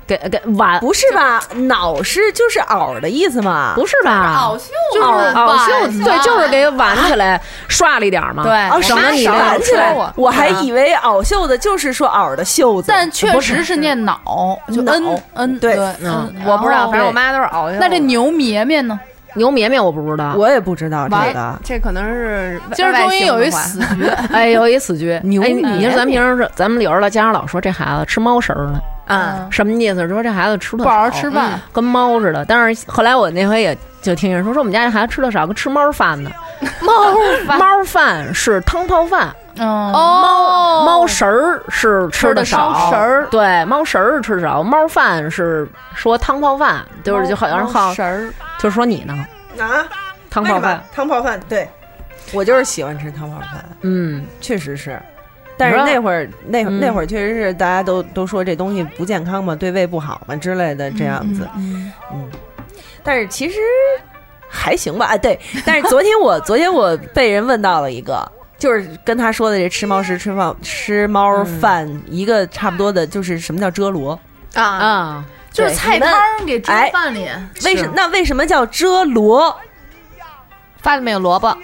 H: 给给碗
B: 不是吧？脑是就是袄的意思嘛？
H: 不是吧？
I: 袖
H: 就是袄袖子，哦对，就是给挽起来，刷了一点儿嘛。
I: 对，
B: 哦，
I: 我
B: 是
H: 省得你
B: 是
H: 那
B: 挽起来
I: 说我，
B: 我还
H: 嗯
B: 以为袄袖子就是说袄的袖子，
I: 但确实是念脑，就
B: 脑
I: n n
B: 对
I: 嗯
K: 我不知道，反正我妈
I: 妈。
K: 都是袄袖子。
I: 那这牛咩咩呢？
H: 牛绵绵我不知道，
B: 我也不知道这
I: 完
B: 个。
K: 这可能是外
I: 今儿终于有一，
K: 外形
I: 死
K: 的话
I: 局，
H: 哎，有一死局。
K: 牛
H: 哎，你
K: 绵
H: 你说咱平时说，咱们有时候老家长老说这孩子吃猫食儿呢，
K: 嗯，
H: 什么意思？说这孩子吃的
I: 不好好嗯吃饭，
H: 跟猫似的。但是后来我那回也就听人说，说我们家这孩子吃的少，跟吃猫饭 呢。猫饭猫饭是汤泡饭，
I: 嗯，
J: 哦
H: 猫猫食儿是吃的
I: 吃的烧
H: 少，
I: 食儿
H: 对，猫食儿是吃的少，猫饭是说汤泡饭，就是就好像好，
I: 神儿，
H: 就说你呢，
B: 啊，
H: 汤泡饭，，
B: 汤泡饭，对，我就是喜欢吃汤泡饭，
H: 嗯，
B: 确实是。但是那会儿，那
H: 嗯
B: 那会儿确实是大家都都说这东西不健康嘛，对胃不好嘛之类的这样子，
I: 嗯
B: 但是其实还行吧。哎，对，但是昨天我昨天我被人问到了一个，就是跟他说的这吃猫食吃饭吃
I: 嗯
B: 猫饭、一个差不多的，就是什么叫遮罗？
K: 啊，
H: 啊，
I: 就是
B: 对
I: 菜
B: 你问
I: 汤儿给蒸
B: 哎
I: 饭里，
B: 为什那为什么叫遮罗？
J: 饭里面有萝卜，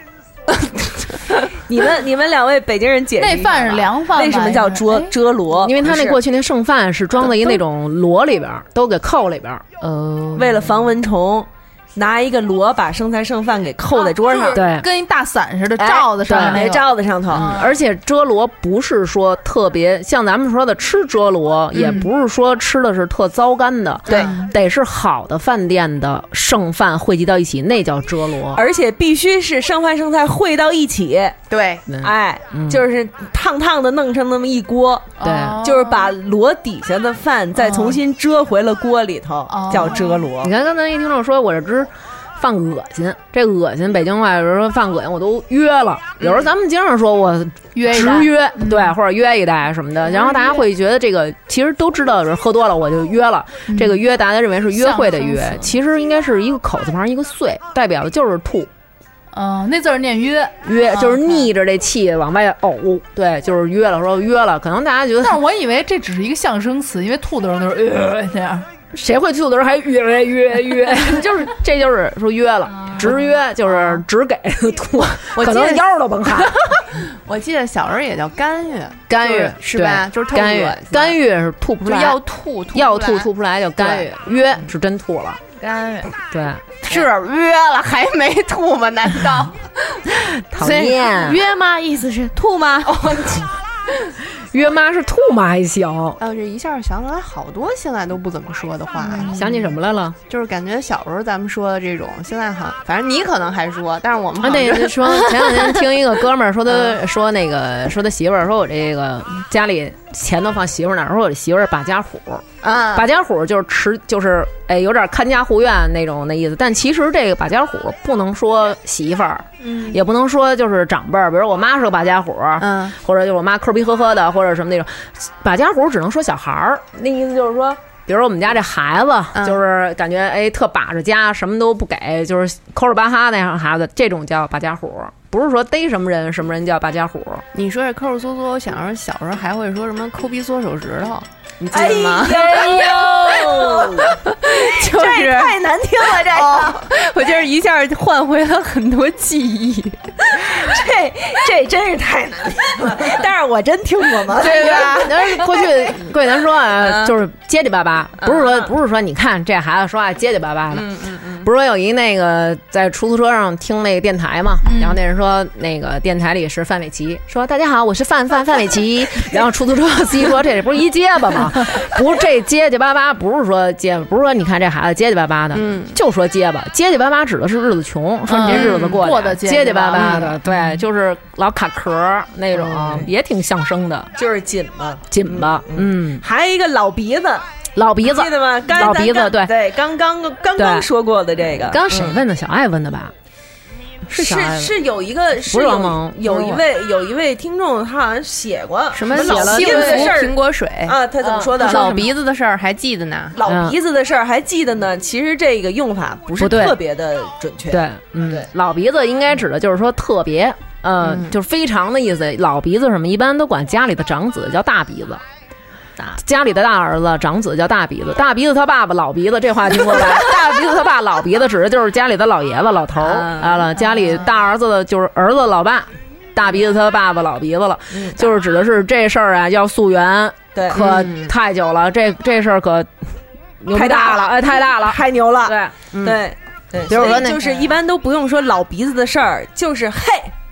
B: 你们你们两位北京人解 释
I: 那
B: 一下
I: 饭是
B: 吧
I: 凉饭吧，
B: 为什么叫遮
I: 应该哎
B: 遮罗？
H: 因为他
B: 不
H: 那
B: 是
H: 过去那剩饭是装在一那种箩里边儿，都给扣里边儿，
I: 哦
J: 呃，
B: 为了防蚊虫，拿一个箩把剩菜剩饭给扣在桌上，
H: 对
I: 哎。跟一大伞似的
B: 哎
I: 罩子上
B: 对
I: 面那个，
B: 罩子上头。
H: 而且遮罗不是说特别像咱们说的吃遮罗，也不是说吃的是特糟干的，
B: 嗯对，
H: 得是好的饭店的剩饭汇集到一起，那叫遮罗。
B: 而且必须是剩饭剩菜烩到一起，
K: 对，
H: 嗯
B: 哎，就是烫烫的弄成那么一锅，
H: 对
I: 哦
B: 就是把箩底下的饭再重新遮回了锅里头，叫遮罗
H: 你。看刚才一听众说我这只犯恶心。这恶心，北京话有时候犯恶心，我都约了。有时候咱们经常说我
I: 约一
H: 直
I: 单
H: 约，
K: 嗯
H: 对，或者约一单什么的，然后大家会觉得这个其实都知道，就是喝多了我就约了。
K: 嗯
H: 这个约大家认为是约会的约
I: 象征，词
H: 其实应该是一个口字旁一个岁，代表的就是吐。
I: 嗯、那字儿念约
H: 约
K: 啊
H: 就是
I: 嗯
H: 逆着这气往外呕，对，就是约了，说约了，可能大家觉得
I: 但是我以为这只是一个象声词，因为吐的时候都是呃那样。
H: 谁会吐的时候还约约 约，就是这就是说约了，直约就是只给 吐，
K: 啊哦我
H: 可
K: 记
H: 能
K: 得
H: 腰都甭 喊。
K: 我记得小时候也叫干哕，
H: 干
K: 就
H: 预
K: 是是吧？就是特
H: 干预
K: 恶，
H: 干预是吐不出
K: 就
H: 来，
K: 啊要吐，吐
H: 要
K: 不出
H: 吐
K: 来
H: 吐不出来叫干预，约是真吐了，
K: 干哕
H: 对，
K: 是约了还没吐吗？难 道
H: 讨厌。
J: 约吗？意思是吐吗？
B: 哦
H: 约妈是吐吗？还行。
K: 哦，这一下想起来好多现在都不怎么说的话，
H: 想起什么来了？
K: 就是感觉小时候咱们说的这种，现在好像反正你可能还说，但是我们
H: 啊，
K: 好像
H: 对，
K: 就
H: 就说前两天听一个哥们儿说他
K: 嗯
H: 说那个说他媳妇儿说我这个家里钱都放媳妇儿那儿，说我这媳妇儿把家虎，
K: 啊，
H: 把家虎就是持就是哎有点看家护院那种那意思，但其实这个把家虎不能说媳妇儿，
K: 嗯
H: 也不能说就是长辈儿，比如我妈是个把家虎，
K: 嗯
H: 或者就是我妈抠鼻呵呵的，或者什么那种，把家虎只能说小孩儿，那意思就是说。比如我们家这孩子，
K: 嗯
H: 就是感觉哎特把着家，什么都不给，就是抠着巴哈那样的孩子，这种叫把家虎，不是说逮什么人什么人叫把家虎，
K: 你说这抠抠缩缩，我想着小时候还会说什么抠鼻缩手指头，你记
B: 哎
K: 得吗？
B: 呦，
K: 就是
C: 太难听了，这
K: 哦，我就是一下换回了很多记 忆，
C: 这这真是太难听了。但是我真听过吗？
H: 对吧？ 那过去过去咱说
I: 嗯
H: 啊，就是结结巴巴，不是说不是说你看这孩子说话结结巴巴的，
I: 嗯
H: 不是说有一那个在出租车上听那个电台嘛，
I: 嗯
H: 然后那人说那个电台里是范玮琪，说大家好，我是范范范玮琪，然后出租车司机说这不是一结巴吗？ 不是这结结巴巴，不是说结，不是说你看这孩子结结巴巴的，
I: 嗯
H: 就说结巴，结结巴巴指的是日子穷，说你这日子过
I: 嗯过得
H: 结
I: 结
H: 结
I: 结
H: 巴
I: 巴嗯
H: 巴的，对，就是老卡壳儿那种，也挺相声的。
B: 就是紧嘛，
H: 紧吧，嗯，
B: 还有一个老鼻子，
H: 老鼻子
B: 记，得吗？刚才
H: 老
B: 咱
H: 鼻子
B: 刚
H: 对
B: 对，刚刚刚
H: 对
B: 刚说过的这个，
H: 刚谁问的？小爱问的吧？是
B: 是
H: 小爱问的。
B: 是有一个
H: 不
B: 是
H: 是
B: 有
H: 王蒙
B: 有
H: 不是
B: 一
H: 我
B: 位有一位听众，他好像写过
K: 什么
B: 老
K: 老
B: 鼻
K: 幸
B: 子的
K: 福
B: 事儿
K: 苹果嗯水，
B: 啊，他怎么说的？
K: 老鼻子的事儿还记得呢。
B: 老鼻子的事儿还记得呢。其实这个用法不
H: 不
B: 是
H: 对
B: 特别的准确，
H: 对，嗯，老鼻子应该指的就是说特别，呃，就是非常的意思。老鼻子什么，一般都管家里的长子叫大鼻子。家里的大儿子、长子叫大鼻子，大鼻子他爸爸老鼻子，这话听 过吧？大鼻子他爸老鼻子指的就是家里的老爷子、老头儿啊了，家里大儿子的就是儿子老爸，大鼻子他爸爸老鼻子了，就是指的是这事儿啊要溯源，
B: 对嗯
H: 可太久了，这这事儿可牛逼
B: 太大
H: 大了，哎，太大了，
B: 太牛了，
H: 对。嗯
B: 对对，
H: 比如说
B: 所以
H: 那
B: 就是一般都不用说老鼻子的事儿，就是嘿，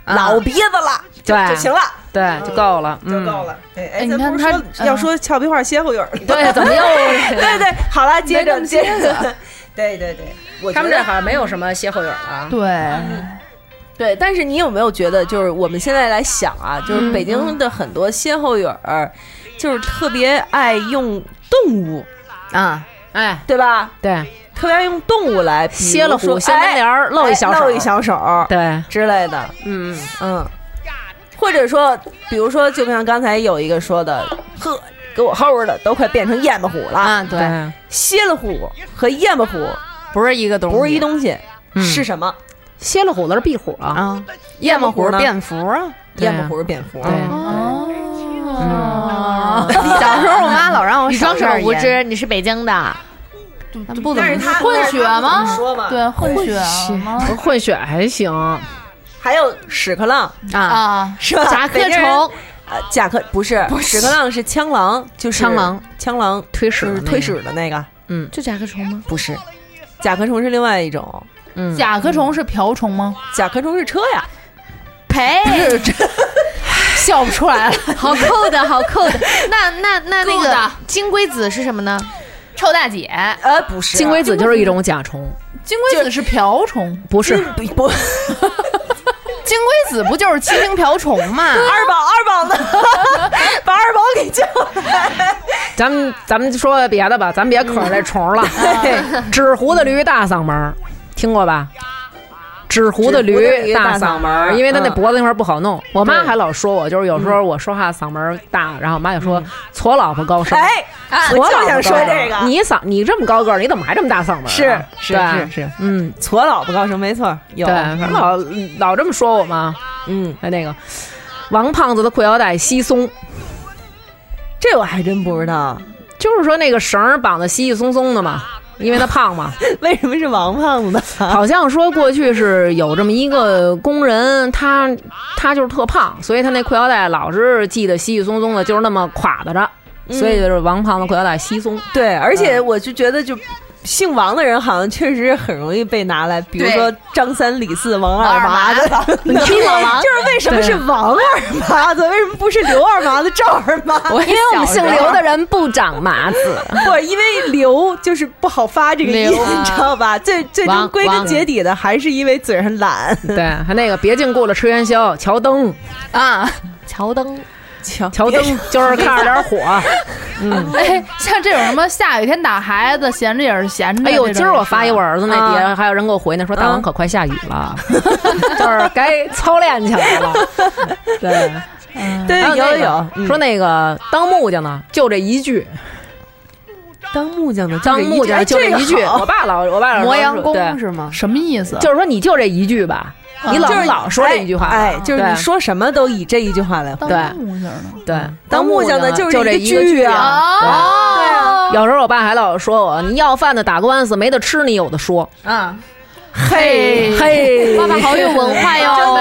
B: 老鼻子了，就
H: 啊对
B: 就行了，
H: 对，就够了，
B: 就
H: 嗯
B: 够。了。对，哎，
I: 你看
B: 咱不是
I: 他
B: 说
I: 嗯
B: 要说俏皮话歇后语儿，
H: 对，啊 怎么 又？
B: 对对，好了，接
I: 没那
B: 着
I: 么
B: 接
I: 接
B: 着， 对对对，我觉
H: 他们
B: 得
H: 这好像没有什么歇后语了。啊
I: 对，
B: 对，但是你有没有觉得，就是我们现在来想啊，
H: 嗯
B: 就是北京的很多歇后语儿，就是特别爱用动物，
K: 啊，
H: 哎，
B: 对吧？
H: 对，
B: 特别爱用动物来，比如
H: 歇了
B: 说
H: 虎，掀门帘
B: 哎
H: 儿，露一小
B: 哎
H: 手，
B: 露一小手，
H: 对，
B: 之类的，
H: 嗯，
B: 嗯，或者说，比如说，就像刚才有一个说的，呵，给我齁的都快变成燕巴虎了，
K: 啊，对，
H: 对，
B: 蝎子虎和燕巴虎
K: 不是一个东西，
B: 不是一东西，
H: 嗯
B: 是什么？
H: 歇了虎子是壁虎了。
K: 啊，夜幕
B: 虎
K: 虎
B: 呢
K: 蝙蝠啊。
H: 对啊
B: 燕巴虎是蝙蝠，
H: 对，嗯
K: 啊
I: 哦，
K: 小时候我妈老让我
J: 你
K: 少
J: 双手
K: 这儿
J: 无
K: 腌，
J: 知，你是北京的，
K: 她不怎
B: 但是
K: 么
B: 他
I: 混血吗
B: 但是他不怎么说嘛，
I: 对，混血吗？
H: 混血还行，
B: 还有屎壳郎
K: 啊，
I: 啊，
B: 是吧？
J: 甲
B: 北
J: 壳
B: 京人
J: 虫，
B: 呃，甲壳不是，屎壳郎是枪狼，就是
H: 蜣螂，
B: 枪狼
H: 推
B: 就
H: 屎
B: 是推屎的那个，
J: 就甲壳虫吗？
B: 不是。甲壳虫是另外一种，
H: 嗯，
I: 甲壳虫是瓢虫吗？
B: 甲壳虫是车呀，
J: 呸！
I: 笑不出来了，
J: 好扣的，好扣的。那那那那
I: 扣
J: 个
I: 的
J: 金龟子是什么呢？臭大姐，
B: 呃，不是
H: 金龟子就是一种甲 虫，
I: 金龟子是瓢虫，
H: 不是
B: 不不，
K: 金龟子不就是七星瓢虫嘛？
B: 二宝二宝呢？ 把二宝给叫来。
H: 咱 们咱们说别的吧，咱别可着这虫了。纸糊的驴大嗓门儿，听过吧？纸糊的
B: 纸糊的驴
H: 大
B: 大嗓
H: 嗓
B: 门
H: 门
B: 儿
H: 儿，因为他那
B: 嗯
H: 脖子那块儿不好弄。我妈
B: 对
H: 还老说我，就是有时候我说话嗓门儿大，然后我妈就说矬老婆高声。
B: 嗯哎，
H: 矬
B: 我
H: 老
B: 就
H: 婆
B: 想说
H: 高声
B: 这个，
H: 你嗓你这么高个儿，你怎么还这么大嗓门儿啊？
B: 是是
H: 对
B: 是是，嗯，矬老婆高声，没错，有
H: 对，反正老老这么说我嘛。
B: 嗯，
H: 哎，那个王胖子的裤腰带稀松，
B: 这我还真不知道，
H: 就是说那个绳儿绑的稀稀松松的嘛，因为他胖嘛。
B: 为什么是王胖子？
H: 好像说过去是有这么一个工人，他他就是特胖，所以他那裤腰带老是系得稀稀松松的，就是那么垮的着，所以就是王胖子裤腰带稀松。
B: 对，而且我就觉得就。姓王的人好像确实很容易被拿来，比如
J: 对
B: 说张三、李四、王二麻子，
J: 你听我吗
B: 就是为什么是王二麻子，为什么不是刘二麻子、赵二麻子？
H: 因为 我们姓刘的人不长麻 子，
B: 不，因为刘就是不好发这个音，
J: 刘啊
B: 你知道吧？最最终
H: 王
B: 归根
H: 王
B: 结底的还是因为嘴上懒。
H: 对，还那个别净顾着吃元宵，乔灯，
J: 啊，乔登。
B: 瞧
H: 乔灯 就是看着点 火。
I: 哎，像这种什么下雨天打孩子，闲着也是闲着。
H: 哎呦，
I: 这种
H: 今儿我发一我儿子那
I: 也
H: 碟，
I: 是啊
H: 还有人给我回呢，说大王可快下雨了， 就是该操练起来 了。对，
B: 对，
H: 还
B: 有
H: 那
B: 有
H: 个
B: 有，嗯
H: 说那个当木匠呢，就这一句，
B: 当木匠的，
H: 当木匠就
B: 这
H: 这
B: 个
H: 一句。我
B: 好
H: 爸老我爸老
K: 磨
H: 说
K: 洋工
H: 对
K: 是吗？
I: 什么意思？
H: 就是说你就这一句吧，你老老说这一句话，
B: 啊
H: 嗯
B: 哎，哎就是
H: 对
B: 你说什么都以这一句话来
I: 当
B: 回。
H: 对
I: 木匠呢？
H: 对，
B: 当木匠的
H: 就
B: 就是
H: 这
B: 一
H: 一
B: 个句
H: 句
B: 啊
H: 对啊
I: 哦，
H: 有时候我爸还老说我，你要饭的打官司没得吃，你有的说。
I: 啊，
H: 嘿嘿，
J: 爸爸好有文
H: 哎
J: 化哟！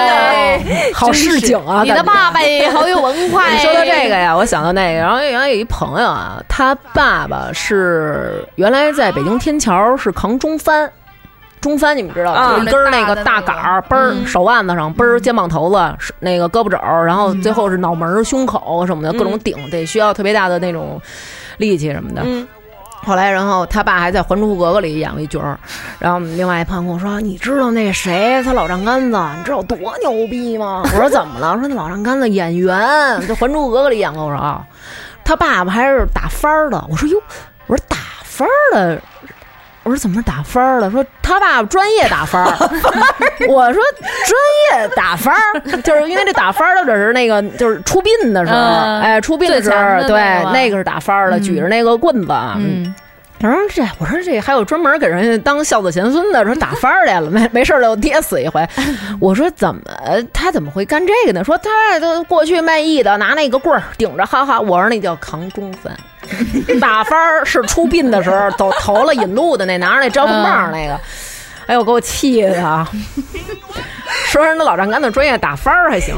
H: 好市井啊！
J: 你的
H: 感觉
J: 爸爸也好有文 化哎。
H: 你说到这个呀，我想到那个，然后原来有一朋友啊，他爸爸是原来在北京天桥是扛中帆，中帆你们知道，
B: 啊
H: 就是一根儿那个大
I: 大的那个
H: 杆儿，嘣儿手腕子上，嘣儿肩膀头子，是那个胳膊肘儿，然后最后是脑门儿、胸口什么的，各种顶，得需要特别大的那种力气什么的。
B: 嗯
H: 后来，然后他爸还在《还珠格格》里演过一角儿，然后我们另外一朋友跟我说：“你知道那谁他老丈杆子，你知道多牛逼吗？”我说：“怎么了？”说那老丈杆子演员，就《还珠格格》里演过。我说：“啊，他爸爸还是打幡儿的。”我说：“哟，我说打幡儿的。”我说怎么是打幡儿了？说他爸爸专业打幡儿，我说专业打幡儿，就是因为这打幡儿的只是那个就是出殡的时候，
I: 嗯
H: 哎，出殡的时
I: 最强的那
H: 候，
I: 个
H: 对
I: 吧，
H: 那个是打幡儿的，举着那个棍子，嗯，
I: 嗯，
H: 他说这，我说这还有专门给人家当孝子贤孙的，说打幡儿来了，没没事儿就跌死 一回。我说怎么他怎么会干这个呢？说他都过去卖艺的，拿那个棍儿顶着，哈哈。我说那叫扛中 分，打幡儿是出殡的时候走投了引路的那拿着那招风棒
I: 嗯
H: 儿那个。哎呦，给我气的 啊！说人家老丈杆子专业打幡儿还 行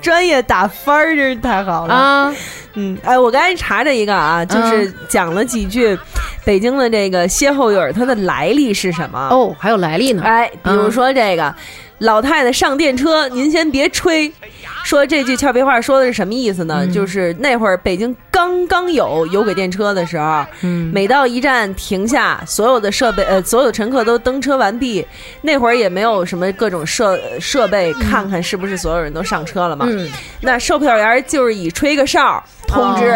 B: 专业打分儿真是太好了。
H: 啊，嗯
B: 嗯，哎，我刚才查着一个啊，就是讲了几句北京的这个歇后语儿，它的来历是什么？
H: 哦，还有来历呢。 嗯
B: 哎，比如说这个、老太太上电车，您先别吹。说这句俏皮话说的是什么意思呢？
H: 嗯
B: 就是那会儿北京刚刚有有轨电车的时候，
H: 嗯
B: 每到一站停下，所有的设备呃，所有乘客都登车完毕。那会儿也没有什么各种设设备，看看是不是所有人都上车了嘛。
H: 嗯，
B: 那售票员就是以吹个哨儿通知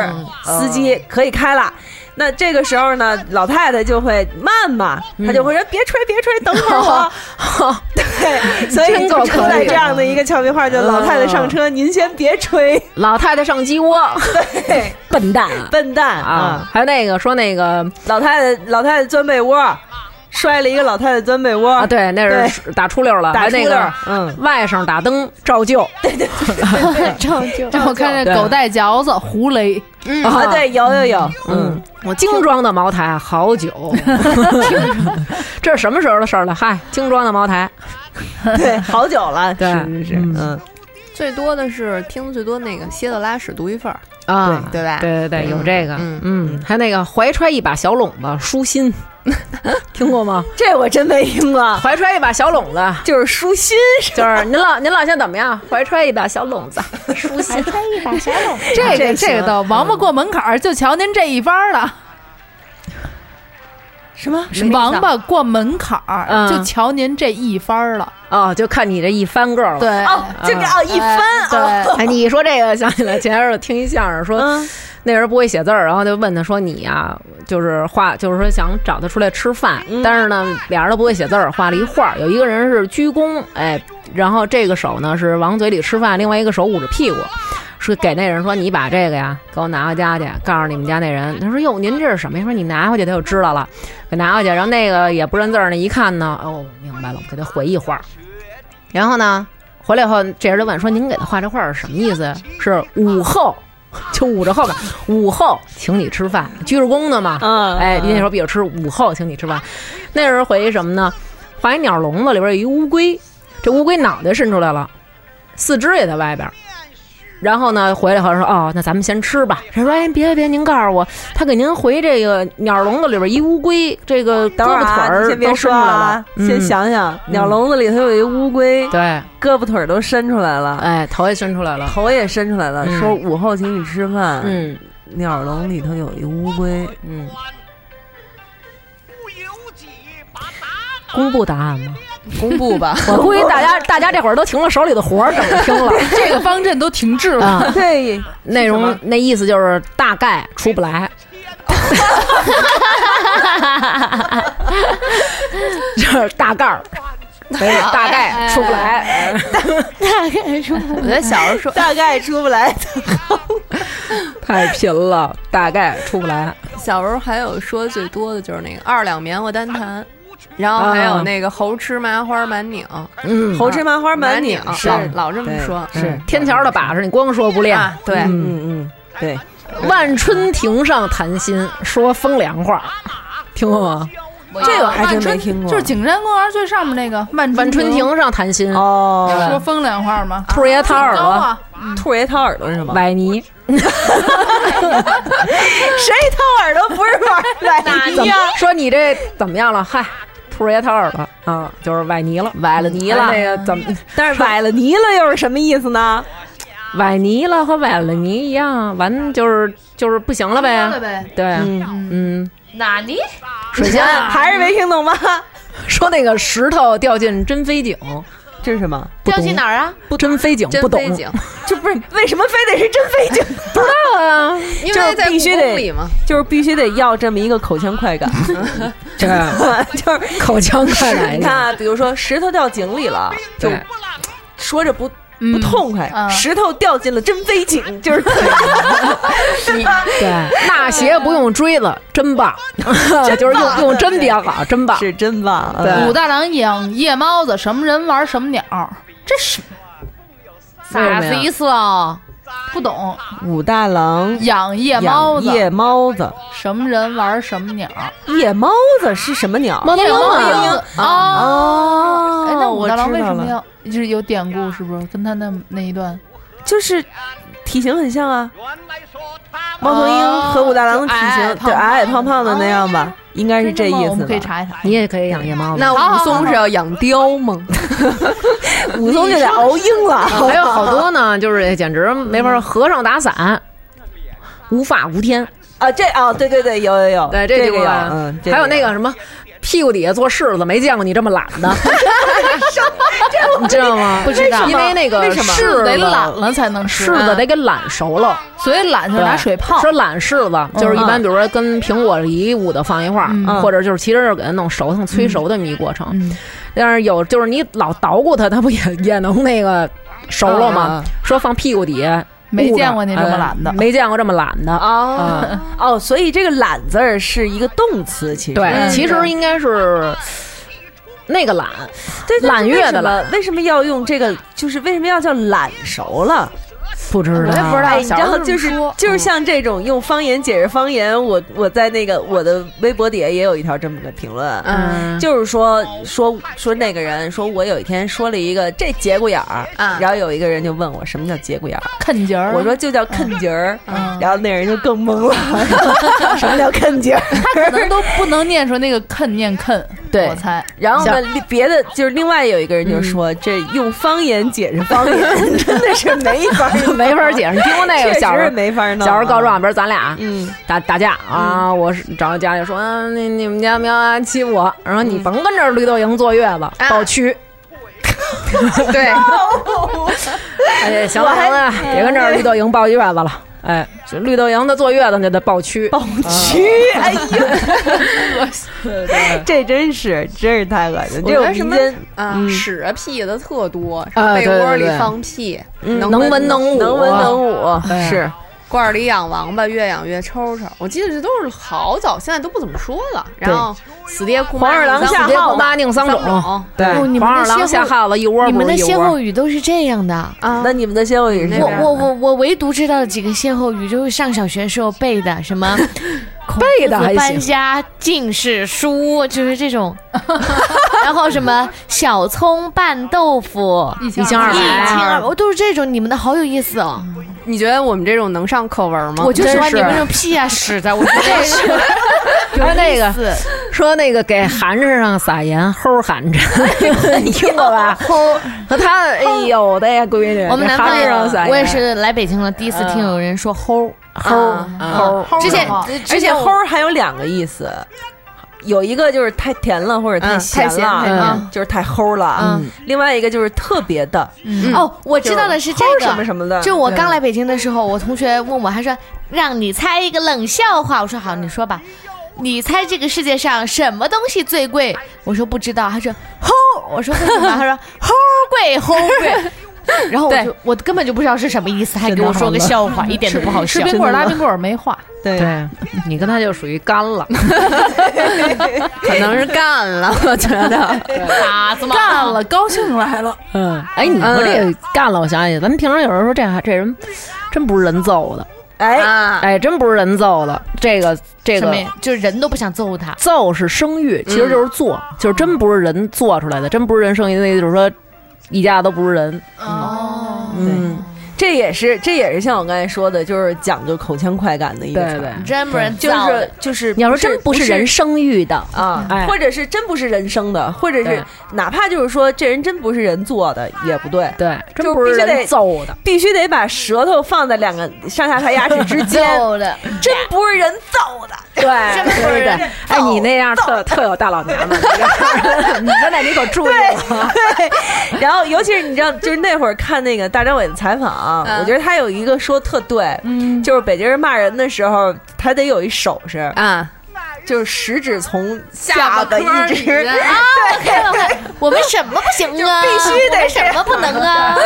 H: 哦
B: 司机可以开了。那这个时候呢，老太太就会慢嘛，
H: 嗯
B: 她就会说：“别吹，别吹，等会儿我。” 对，所以
H: 真够
B: 就出来
H: 可以
B: 这样的嗯一个俏皮话，就老太太上车，您先别吹，
H: 老太太上鸡窝，
B: 对，
H: 笨蛋啊！
B: 笨蛋 啊！
H: 啊，还有那个说那个
B: 老太太，老太太钻被窝，摔了一个老太太钻被窝
H: 啊，，对，那是打出溜了，
B: 打
H: 还
B: 出
H: 那
B: 溜
H: 个
B: 儿，嗯，
H: 外甥打灯照旧，
I: 这我看
H: 对
I: 这狗带嚼子、胡雷，
B: 啊，嗯对，有有有，
H: 嗯，我精装的茅台好酒， 这是什么时候的事儿了？嗨，精装的茅台，
B: 对，嗯好久了，
H: 对
B: 是是是，
H: 嗯
B: 嗯，
K: 最多的是听的最多那个蝎子拉屎独一份儿，
H: 啊，
K: 对对吧
H: 对对对，有这个，
K: 嗯
H: 嗯，还有那个怀揣一把小笼子舒心，听过吗？
B: 这我真没听过，
H: 怀揣一把小笼子。
B: 就是舒心是吧
H: 就是您老您老现在怎么样？怀揣一把小笼子，舒心。
I: 这个
B: 这
I: 这个倒，王八过门槛儿就瞧您这一班了。
B: 什么？
I: 王八过门槛儿，
H: 嗯
I: 就瞧您这一番儿了。
H: 哦，就看你这一翻个儿了。
I: 对，
B: 哦，这个哦，一翻
I: 对
B: 哦，
H: 哎，你一说这个想起来，前一阵儿听一相声，说
B: 嗯
H: 那人不会写字儿，然后就问他说：“你呀、就是画，就是说想找他出来吃饭，但是呢，俩人都不会写字儿，画了一画儿。有一个人是鞠躬，哎，然后这个手呢是往嘴里吃饭，另外一个手捂着屁股。”说给那人说你把这个呀给我拿回家去，告诉你们家那人。他说哟，您这是什么呀？说你拿回去他就知道了，给拿回去。然后那个也不认字儿，那一看呢，哦，明白了，给他回一画儿。然后呢，回来以后这人就问说您给他画这画儿是什么意思呀？是午后。就捂着后边，午后请你吃饭，鞠着躬的嘛。嗯，哎，那时候比较吃午后请你吃饭。那时候回一什么呢？画一鸟笼子，里边有一乌龟，这乌龟脑袋伸出来了，四肢也在外边。然后呢，回来后说哦，那咱们先吃吧。人说哎，别别，您告诉我，他给您回这个鸟笼子里边一乌龟，这个胳
B: 等会
H: 膊
B: 儿
H: 腿儿
B: 啊，你先
H: 都
B: 别
H: 伸出
B: 说
H: 来了
B: 啊，，先
H: 嗯
B: 想想，
H: 嗯
B: 鸟笼子里头有一乌龟，
H: 对，
B: 胳膊腿儿都伸出来了，
H: 哎，头也伸出来了，
B: 头也伸出来了，
H: 嗯
B: 说午后请你吃饭，
H: 嗯
B: 鸟笼里头有一乌龟，
H: 嗯，公布答案吗？
B: 公布 吧
H: 我估计大家大家这会儿都停了手里的活儿，等着听 了。
I: 这个方阵都停滞了。
H: 啊，
B: 对，
H: 内容那意思就是大概出不来。 就是大概儿，大概出不来。
K: 我在小时候说，
B: 大概出不来。
H: 太贫了，大概出不来。
K: 小时候还有说最多的就是那个二两棉花单弹，然后还有那个猴吃麻花满拧，
B: 啊
H: 嗯，
B: 猴吃麻花嗯满
K: 拧
B: 拧，，是
K: 老老这么说，
B: 是，
H: 天桥的把式，你光说不练。
K: 啊，对，
B: 嗯嗯，对，
H: 万春亭上谈心，说风凉话，听过吗？
B: 这个还真没听过
I: 就是景山公园最上面那个万
H: 万春亭上谈心，
B: 哦，
I: 说风凉话吗？
H: 兔儿爷掏耳
I: 高
H: 朵，
I: 啊，
B: 兔儿爷掏耳朵是吗？
H: 崴泥。
B: 谁掏耳朵不是 玩儿来
H: 怎么说你这怎么样了？嗨，兔儿爷掏耳朵啊，就是崴泥了，崴了泥
B: 了
H: 那个怎么
B: 但是崴了泥了又是什么意思呢？
H: 崴泥了和崴了泥一样，完就是就是不行了
I: 高
H: 呗。
I: 了呗。
H: 对，嗯，
J: 哪尼？
H: 首先
B: 还是没听懂吗？
H: 说那个石头掉进真飞井，
B: 这是什么？
H: 不
J: 掉
H: 懂
J: 进哪儿啊？
H: 真飞井不懂，
K: 真飞景，
B: 就不是为什么非得是真飞井？ 不知道啊，
K: 因
B: 就是
K: 为在
B: 必须
K: 故
B: 得
K: 宫里嘛，
B: 就是必须得要这么一个口腔快 感，
H: 这个
B: 就是
H: 口腔快来
B: 你 看啊，比如说石头掉井里了，就
H: 对，
B: 说着不。不痛快，
I: 嗯
B: 石头掉进了真飞井，就是
H: 对，纳鞋不用锥子，真棒， 就是用用针比较好，真棒。
B: 是真棒。
H: 对
I: 武大郎养夜猫子，什么人玩什么鸟，这是
J: 啥
H: 为什么
J: 子
H: 呀
J: 意思啊？
I: 不懂。
B: 武大郎
I: 养夜
B: 养
I: 猫子，
B: 夜猫子，
I: 什么人玩什么鸟？
B: 夜猫子是什么鸟？
H: 猫头鹰
I: 鹰
H: 嘛，
I: 啊！
B: 哦
I: 哎，那武
B: 我
I: 大郎
B: 知
I: 为
B: 道
I: 什么
B: 了，
I: 要就是有典故是不是？跟他那那一段
B: 就是体型很像啊。猫头鹰和武大郎的体
I: 哦
B: 型，
I: 就
B: 对，
I: 矮
B: 矮
I: 矮
B: 矮
I: 胖
B: 胖
I: 胖
B: 胖
I: 的
B: 的那样吧，应该是
I: 真的
B: 这
I: 吗
B: 意
I: 我
B: 思
I: 们可以
B: 吧。
I: 查一查。
H: 你也可以养夜猫子。
K: 那
I: 好
K: 武松是要养貂吗？
B: 武松就得熬鹰了，
H: 还有好多呢，就是哎简直没法儿，和尚打伞，无法无天。
B: 啊，这啊，对对对，有有有，
H: 对，
B: 这
H: 就
B: 个
H: 是
B: 有，
I: 啊
B: 嗯，这
H: 还有那
B: 有
H: 个什么，屁股底下坐柿子，没见过你这么懒的，你知道吗？不知道，因为那个
I: 为什么
H: 柿子
I: 得懒了才能吃？
H: 柿子得给懒熟了，
I: 所以懒就
H: 对
I: 拿水泡。嗯
H: 说懒柿子就是一般，比如说跟苹果一捂的放一块儿，或者就是其实是给它弄熟，它催熟的么一过程。
I: 嗯
H: 但是有就是你老捣鼓它，它不也也能那个熟了吗？说放屁股底下，
I: 嗯没
H: 捂着
I: 见过你这么懒的嗯
H: 哎没见过这么懒的啊！
B: 哦哦，所以这个“懒”字儿是一个动词，其
I: 嗯
B: 实嗯
H: 对，其实应该是那个懒，
B: 对对
H: 懒月的
B: 了，为什么要用这个？就是为什么要叫懒熟了？
H: 不知
I: 我也不
H: 道。
I: 知道
B: 哎，你知
I: 小时候
B: 道
I: 这么
B: 就是
I: 说嗯
B: 就是像这种用方言解释方言，我我在那个我的微博底下也有一条这么个评论，
K: 嗯，
B: 就是说说说那个人说我有一天说了一个这节骨眼儿，
K: 啊
B: 然后有一个人就问我什么叫节骨眼儿，
I: 嗯啃节儿，
B: 我说就叫啃节儿，
I: 嗯
B: 然后那人就更懵了， 什么叫啃节儿？
I: 可能都不能念出那个啃念啃，
H: 对
I: 我猜
B: 然后呢，别的就是另外有一个人就说这用方言解释方言真的是没法儿弄
H: 没法解释，你听过那个
B: 确
H: 小时
B: 实
H: 候
B: 是没法弄，
H: 小时候告状，比如咱俩，
B: 嗯，
H: 打打架
J: 嗯
H: 啊！我是找家里说，啊你你们家喵啊欺负我，然后
J: 嗯
H: 你甭跟这儿绿豆蝇坐月子，
J: 啊
H: 抱屈。
K: 对，
H: 哎，行了行了，别跟这儿绿豆蝇抱月子了。哎，就绿豆蝇它坐月子那得抱蛆，抱
B: 蛆，哎呦，这真是真是太恶心，
K: 我
B: 这
K: 觉
B: 种
K: 得什
B: 民
K: 么
B: 间
K: 啊
B: 嗯
K: 屎啊屁的特多，什
B: 啊
K: 么被
B: 对
K: 窝
B: 对
K: 里
B: 对
K: 放屁，
B: 嗯
K: 能
B: 能
K: 闻
B: 闻能
K: 武，
B: 能闻能武
K: 对啊
B: 是。
K: 罐儿里养王八，越养越抽抽。我记得这都是好早，现在都不怎么说了。然后死爹哭妈，
H: 黄二郎下
K: 死爹
H: 耗
K: 哭
H: 子
K: 妈
H: 宁
K: 丧
H: 丧种
K: 种，
H: 对
J: 哦你们
H: 黄二
J: 的歇
H: 郎
J: 后
H: 下耗子一窝
J: 你
H: 不
J: 们的
H: 如
K: 啊
H: 一
J: 歇后
H: 窝。
J: 语都是这样的啊
B: 那你们的歇后语是
J: 我
B: 啥？
J: 我我我唯独知道几个歇后语，就是上小学时候背的，什么
C: 背的还
J: 搬
C: 行，
J: 家尽是书，就是这种。 然后什么小葱拌豆腐，
I: 一
H: 一
I: 清
H: 清
I: 二
H: 二
I: 白
J: 一清
H: 白，
J: 二白，我都是这种。你们的好有意思哦，
K: 你觉得我们这种能上课文吗？
J: 我就喜欢
H: 真是
J: 你们这种屁啊屎的，我觉 得这是
H: 哎那
J: 有意
H: 个
J: 思。
H: 说那个给寒碜上撒盐，齁寒 碜，你听过吧？齁，他哎呦，的呀，闺女，
J: 我们南
H: 寒
J: 方
H: 碜上
J: 也，
H: 撒盐，啊
J: 我也是来北京了，第一次听有人说齁
B: 啊
H: 齁齁，
J: 之前
I: 好
B: 而
J: 之
B: 且
J: 前我
B: 齁儿还有两个意思，有一个就是太甜了或者太
K: 嗯太
B: 咸
K: 咸
B: 了，
K: 太
H: 嗯
B: 就是太齁了。啊
J: 嗯，
B: 另外一个就是特别的，
J: 哦，我知道的是这
B: 齁
J: 个
B: 什么什么的，
J: 就我刚来北京的时候，我同学问我，他说让你猜一个冷笑话，我说好，你说吧。你猜这个世界上什么东西最贵？我说不知道。他说齁，我说为什么？他说齁贵齁贵。然后我就我根本就不知道是什么意思，还给我说个笑话，一点都不好
I: 吃
J: 笑。
I: 冰棍儿拉冰棍儿没话，
H: 对你跟他就属于干了，
K: 可能是干了，我觉得。
J: 傻子吗？
I: 干了，高兴来了，
H: 嗯，哎，你说这个干了，我想起咱们平常有人说这还这人真不是人揍的，
B: 哎，
K: 啊，
H: 哎，真不是人揍的，这个这
J: 嗯什
H: 个
J: 么呀？就是人都不想揍他。
H: 揍是生
B: 嗯
H: 育，其实就是做，就是真不是人做出来的，真不是人生育，那就是说一家都不是人，
J: 哦，
B: 嗯，这也是这也是像我刚才说的，就是讲究口腔快感的一个词儿，
J: 真不人
B: 就
J: 造的
B: 是就是
H: 你要说真不是人生育的，
B: 啊
H: 哎，
B: 或者是真不是人生的，或者是
H: 对
B: 哪怕就是说这人真不是人做的也不对，
H: 对，
B: 就
H: 真不是
B: 必须得
H: 人揍的，
B: 必须得把舌头放在两个上下排牙齿 之间，
J: 揍的，
B: 真不是人揍的。
H: 对，
J: 真不是
H: 对
J: 人
H: 对。哎，你那样特特有大老娘们 儿，你刚才你可注意了，
B: 对，然后尤其是你知道，就是那会儿看那个大张伟的采访啊、我觉得他有一个说特对，就是北京人骂人的时候，他得有一手势，
K: 啊，
B: 就是食指从下巴一直，
J: 啊，我看了我看了，我们什么不行啊？
B: 就必须得
J: 我们什么不能啊？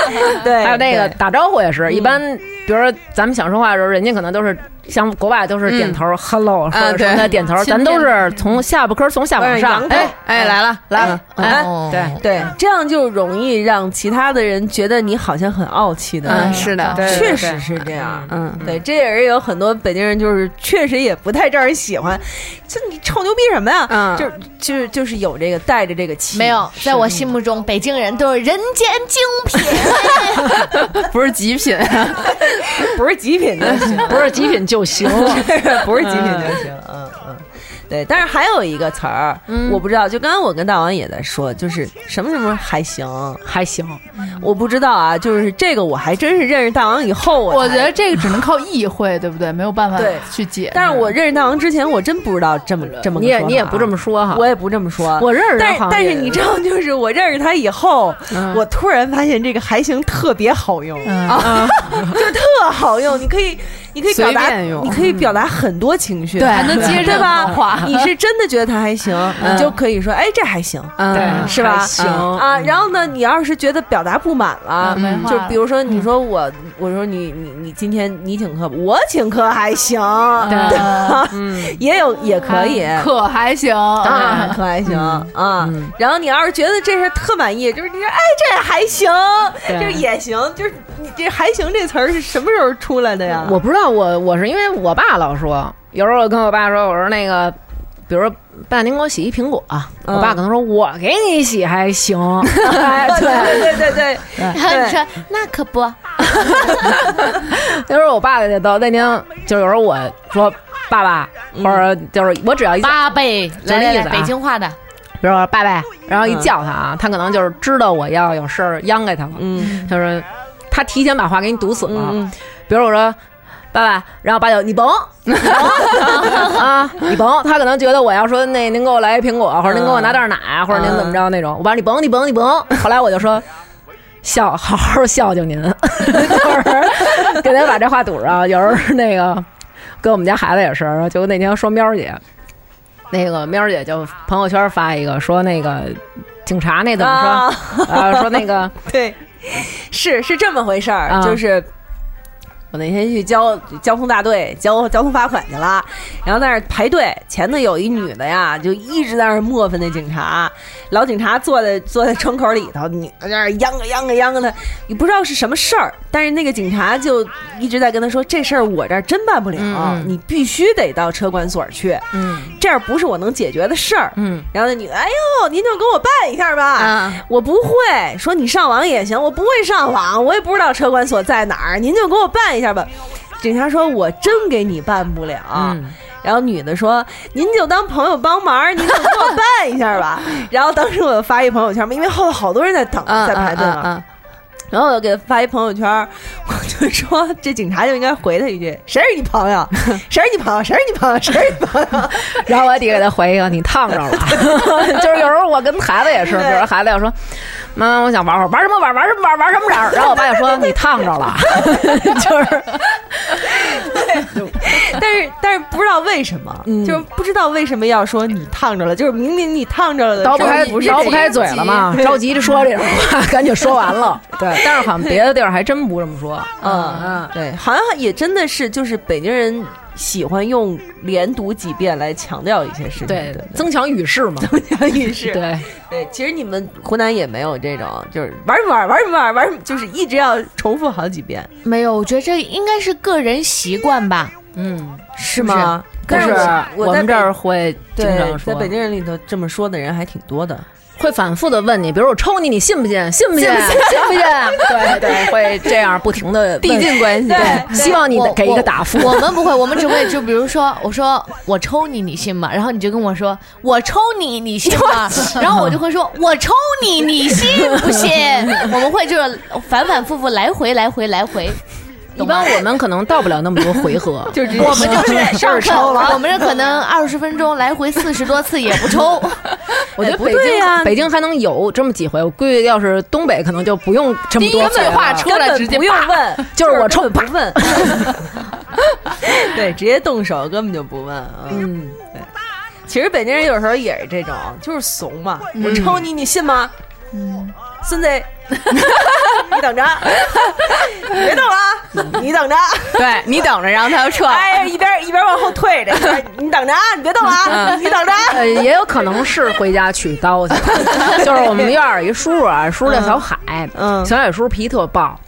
B: 对，
H: 还有那个
B: 哎对
H: 打招呼也是，一般，比如说咱们想说话的时候，人家可能都是像国外都是点头，hello，或者
K: 对
H: 什么的点头，咱都是从下巴颏儿从下往上
B: 或，者
H: 哎
B: 扬
K: 哎哎，来了来了，
H: 哎，
J: 哦
H: 对
B: 对，这样就容易让其他的人觉得你好像很傲气的那
K: 嗯，
B: 样，
K: 是的，
H: 对
B: 确实是这样。
K: 嗯，
B: 对，这也是有很多北京人，就是确实也不太招人喜欢。就你臭牛逼什么呀？
K: 嗯
B: 就是就是就是有这个带着这个气，
J: 没有，在我心目中，北京人都是人间精品。
K: 不是极品，
B: 不是极品的，
H: 不是极品就 行了。
B: 不是极品就行了。嗯嗯，对。但是还有一个词儿，
H: 嗯
B: 我不知道，就刚刚我跟大王也在说，就是什么什么还行，
H: 还行，
B: 我不知道啊，就是这个我还真是认识大王以后我，
I: 我觉得。这个只能靠意会，对不对？没有办法
B: 对
I: 去解释。
B: 但是我认识大王之前，我真不知道这么这么个
H: 你也
B: 说法啊
H: 你也不这么说哈，
B: 我也不这么说。
H: 我认识
B: 但
H: 人
B: 是
H: 好像
B: 但
H: 也
B: 是你知道，就是我认识他以后，
K: 嗯
B: 我突然发现这个还行特别好用，啊，就特好用。你可以，你可以表达，
K: 嗯随便用
B: 你可以表达很多情绪，
K: 对还能接
B: 对
K: 任
B: 吧
K: 何话？
B: 你是真的觉得他还行，你就可以说，哎，这还行。
K: 嗯，
B: 是吧？
H: 还行
B: 啊，然后呢，你要是觉得表达不满了，
I: 嗯没话
B: 就比如说你说我，我说你你你今天你请客吧，我请客还行，对吧？
K: 嗯
B: 也有也可以，
I: 可还行
B: 啊，可还行啊。然后你要是觉得这事儿特满意，就是你说哎，这还行，
H: 对
B: 就是也行，就是你这还行这词儿是什么时候出来的呀？
H: 我不知道，我我是因为我爸老说，有时候我跟我爸说，我说那个，比如说爸，您给我洗一苹果，我爸可能说我给你洗还行，
B: 哎， 对对对对
J: 然后你
B: 对，
J: 说那可不，
H: 有时候我爸也到那天，就有时候我说爸爸，或者就是我只要一叫，
J: 八倍，来来
H: 意
J: 来，
H: 思啊
J: 北京话的，
H: 比如说爸
B: 嗯
H: 爸，然后一叫他啊，他可能就是知道我要有事儿央给他了，
B: 嗯
H: 就是他提前把话给你堵死了，
B: 嗯，
H: 比如我说。爸爸，然后爸就你 甭，你甭啊，你甭，他可能觉得我要说那您给我
B: 嗯
H: 来一苹果，或者您给我拿袋奶，或者您怎么着那种，我爸说你甭你甭你甭，后来我就说孝好好孝敬您， 就是给他把这话堵上。有时候那个跟我们家孩子也是，然后结果那天说喵儿姐，那个喵儿姐就朋友圈发一个说那个警察那怎么说？啊，说那个
B: 对，是是这么回事儿，
H: 啊
B: 就是。我那天去交交通大队交交通罚款去了，然后在那儿排队，前头有一女的呀，就一直在那儿磨蹭那警察，老警察坐在坐在窗口里头，你在那儿央个央个央个的，你不知道是什么事儿，但是那个警察就一直在跟他说，这事儿我这儿真办不了，你必须得到车管所去，嗯，这儿不是我能解决的事儿，嗯，然后那女的，哎呦，您就给我办一下吧，我不会，说你上网也行，我不会上网，我也不知道车管所在哪儿，您就给我办一下吧。警察说：“我真给你办不了。然后女的说：“您就当朋友帮忙，您就给我办一下吧。”然后当时我就发一朋友圈嘛，因为后头好多人在等，
H: 嗯
B: 在排队嘛。然后我就给他发一朋友圈，我就说这警察就应该回他一句：“谁是你朋友？谁是你朋友？谁是你朋友？谁是你朋友？”
H: 然后我底下给他回一个：“你烫着了。”就是有时候我跟孩子也是，比如说孩子要说：“妈，我想玩会儿，玩什么玩？玩什么玩？玩什么玩？”然后我爸就说：“你烫着了。”就是
B: 但是但是不知道为什么，
H: 嗯
B: 就是不知道为什么要说你烫着了，就是明明你烫着了的时候，
H: 倒不开
B: 不是
H: 倒不
B: 这
H: 开
B: 个
H: 嘴了嘛，着急着说这种话，赶紧说完了。对，但是好像别的地儿还真不这么说。
B: 嗯
H: 嗯，
B: 对，好像也真的是，就是北京人喜欢用连读几遍来强调一些事情，
H: 对，增强语势嘛。
B: 增强语势。
H: 对，
B: 对，其实你们湖南也没有这种，就是玩什么玩玩什么玩玩什么，就是一直要重复好几遍，
J: 没有，我觉得这应该是个人习惯吧，
H: 嗯，
J: 是不
B: 吗？
J: 是？
H: 就
B: 但
H: 是
B: 是我
H: 我
B: 在
H: 们
B: 北
H: 这儿会经
B: 对
H: 常，说
B: 在，北京人里头这么说的人还挺多的。
H: 会反复的问你，比如我抽你，你信不信？信不信？信 不信？对对，会这样不停的
K: 递进关系。
H: 对，希望你
J: 我
H: 给一个答复。
J: 我我们不会，我们只会就比如说，我说我抽你，你信吗？然后你就跟我说我抽你，你信 吗？然后我就会说我抽你，你信不信？我们会就是反反复复来回来回来回。
H: 一般我们可能到不了那么多回合， 就
B: 我
J: 我们就是 上课，我们这可 能二十分钟来回四十多次也不抽。哎
H: 我觉得
B: 不
H: 北
B: 对
H: 京、
B: 呀
H: 北京还能有这么几回，我估计要是东北可能就不用这么
I: 第一
H: 多
I: 句
H: 回了
I: 话出来直接
B: 不用 问，
H: 就是我冲
B: 根本不问，对，直接动手根本就不问。嗯，对。其实北京人有时候也是这种，就是怂嘛。我抽你，你信吗？嗯，孙子， 你等着， 你别动了啊，你等着。
K: 对你等着，然后他就撤了。
B: 哎，一边一边往后退着，一边你等着啊，你别动了啊，
J: 嗯
B: 你等着啊。
H: 呃，也有可能是回家取刀去了， 就是我们院儿一叔叔啊，叔叔叫小海，
B: 嗯
H: 小海叔叔脾气特暴。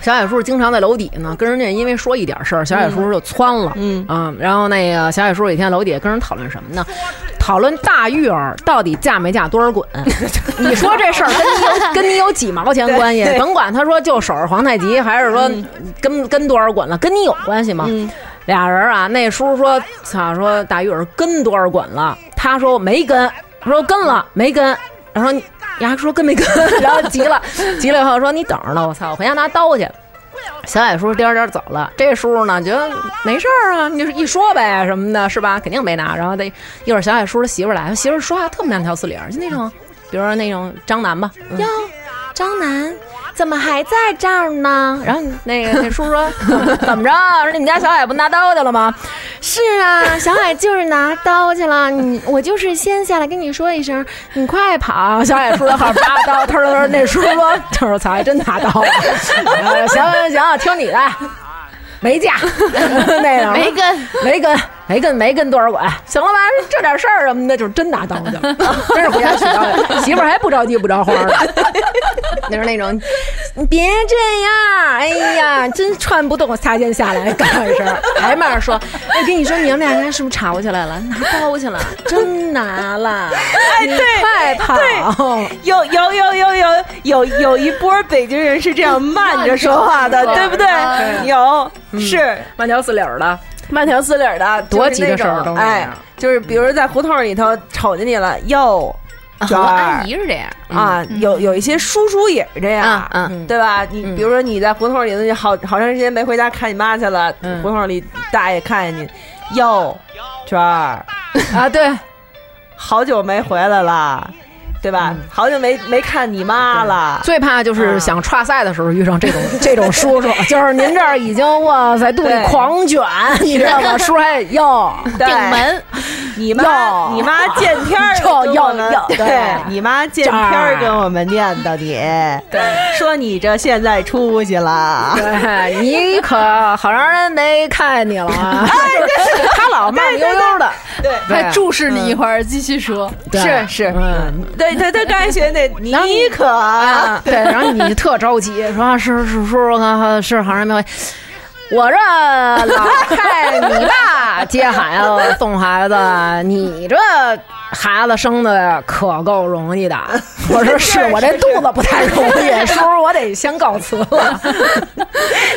H: 小海叔叔经常在楼底下呢，跟人家因为说一点事儿，小海叔叔就窜了。嗯啊，然后那个小海叔叔有一天楼底下跟人讨论什么呢？讨论大玉儿到底嫁没嫁多 少滚？你说这事儿跟你有跟你有几毛钱关系？甭管他说就守着皇太极，还是说跟跟多少滚了，跟你有关系吗？俩人啊，那叔叔说，操，说大玉儿跟多少滚了？他说没跟，说跟了没跟，然后你你还说跟没跟， 然后急了，急了以后说你等着呢，我操，我回家拿刀去。小矮叔颠儿颠儿走了，这叔叔呢觉得没事儿啊，你就是一说呗什么的，是吧？肯定没拿。然后得一会儿小矮叔的媳妇儿来，他媳妇儿说话特别慢条斯理儿，就那种，比如说那种张楠吧，嗯哟、张楠怎么还在这儿呢？然后那个那叔叔 说怎么着？说你们家小矮不拿刀去了吗？是啊，小矮就是拿刀去了。你我就是先下来跟你说一声，你快跑！小矮叔在后边拔刀，他说那叔叔说，他说操，还真拿刀 了。呃行行行，听你的，没 架，那个
J: 没跟
H: 没跟没跟没跟多少管，行了吧？这点事儿什么的，就是真拿刀 去了，真是回家取刀去了。媳妇儿还不着急不着慌 的，就是那种，你别这样，哎呀，真穿不动，擦肩下来干一声， 挨骂说，我哎跟你说，你们俩人是不是吵起来了？拿刀去了， 真拿了，哎，对，快跑！
B: 有有有有有有有一波北京人是这样慢着说话的，对不对？有是
H: 慢条斯理儿的，
B: 慢条斯理儿的，
H: 多
B: 就是
H: 急的
B: 那
H: 事儿
B: 种
H: 都那
B: 哎
H: 样，
B: 就是比如在胡同里头瞅见你了，哟，娟
K: 我啊阿
B: 儿
K: 姨是这样，
B: 啊，有有一些叔叔也是这样，
K: 嗯
B: 对吧？你比如说你在胡同里头，你好好长时间没回家看你妈去了，
K: 嗯
B: 胡同里大爷看见你，哟，娟儿，
H: 啊，对，
B: 好久没回来了，对
K: 嗯
B: 吧？好久没没看你妈了，
H: 最怕
B: 啊
H: 就是想岔赛的时候遇上这 种这种叔叔，
C: 就是您这儿已经哇塞肚里
B: 对
C: 狂卷，你知道吗？叔还哟，
B: 对
J: 顶门，
B: 你妈
C: 哟
B: 你妈见 天儿跟
C: 哟
B: 我们
C: 哟，
B: 对
C: 对
B: 你妈见天儿跟我们念叨你，对，说你这现在出息了。
H: 对你可好让人没看你了啊！
B: 哎
H: 他老慢悠悠的，
B: 对啊
H: 对
K: 他注视你一会儿，继续说。
H: 嗯对
B: 是是，
H: 嗯，
B: 对他他刚才学 那你可
H: 啊，对，然后你就特着急，说啊是是叔叔，啊是好像没有。我这老看你爸接孩子、送孩子，你这孩子生的可够容易的。
C: 我说是我这肚子不太容易，叔叔我得先告辞了。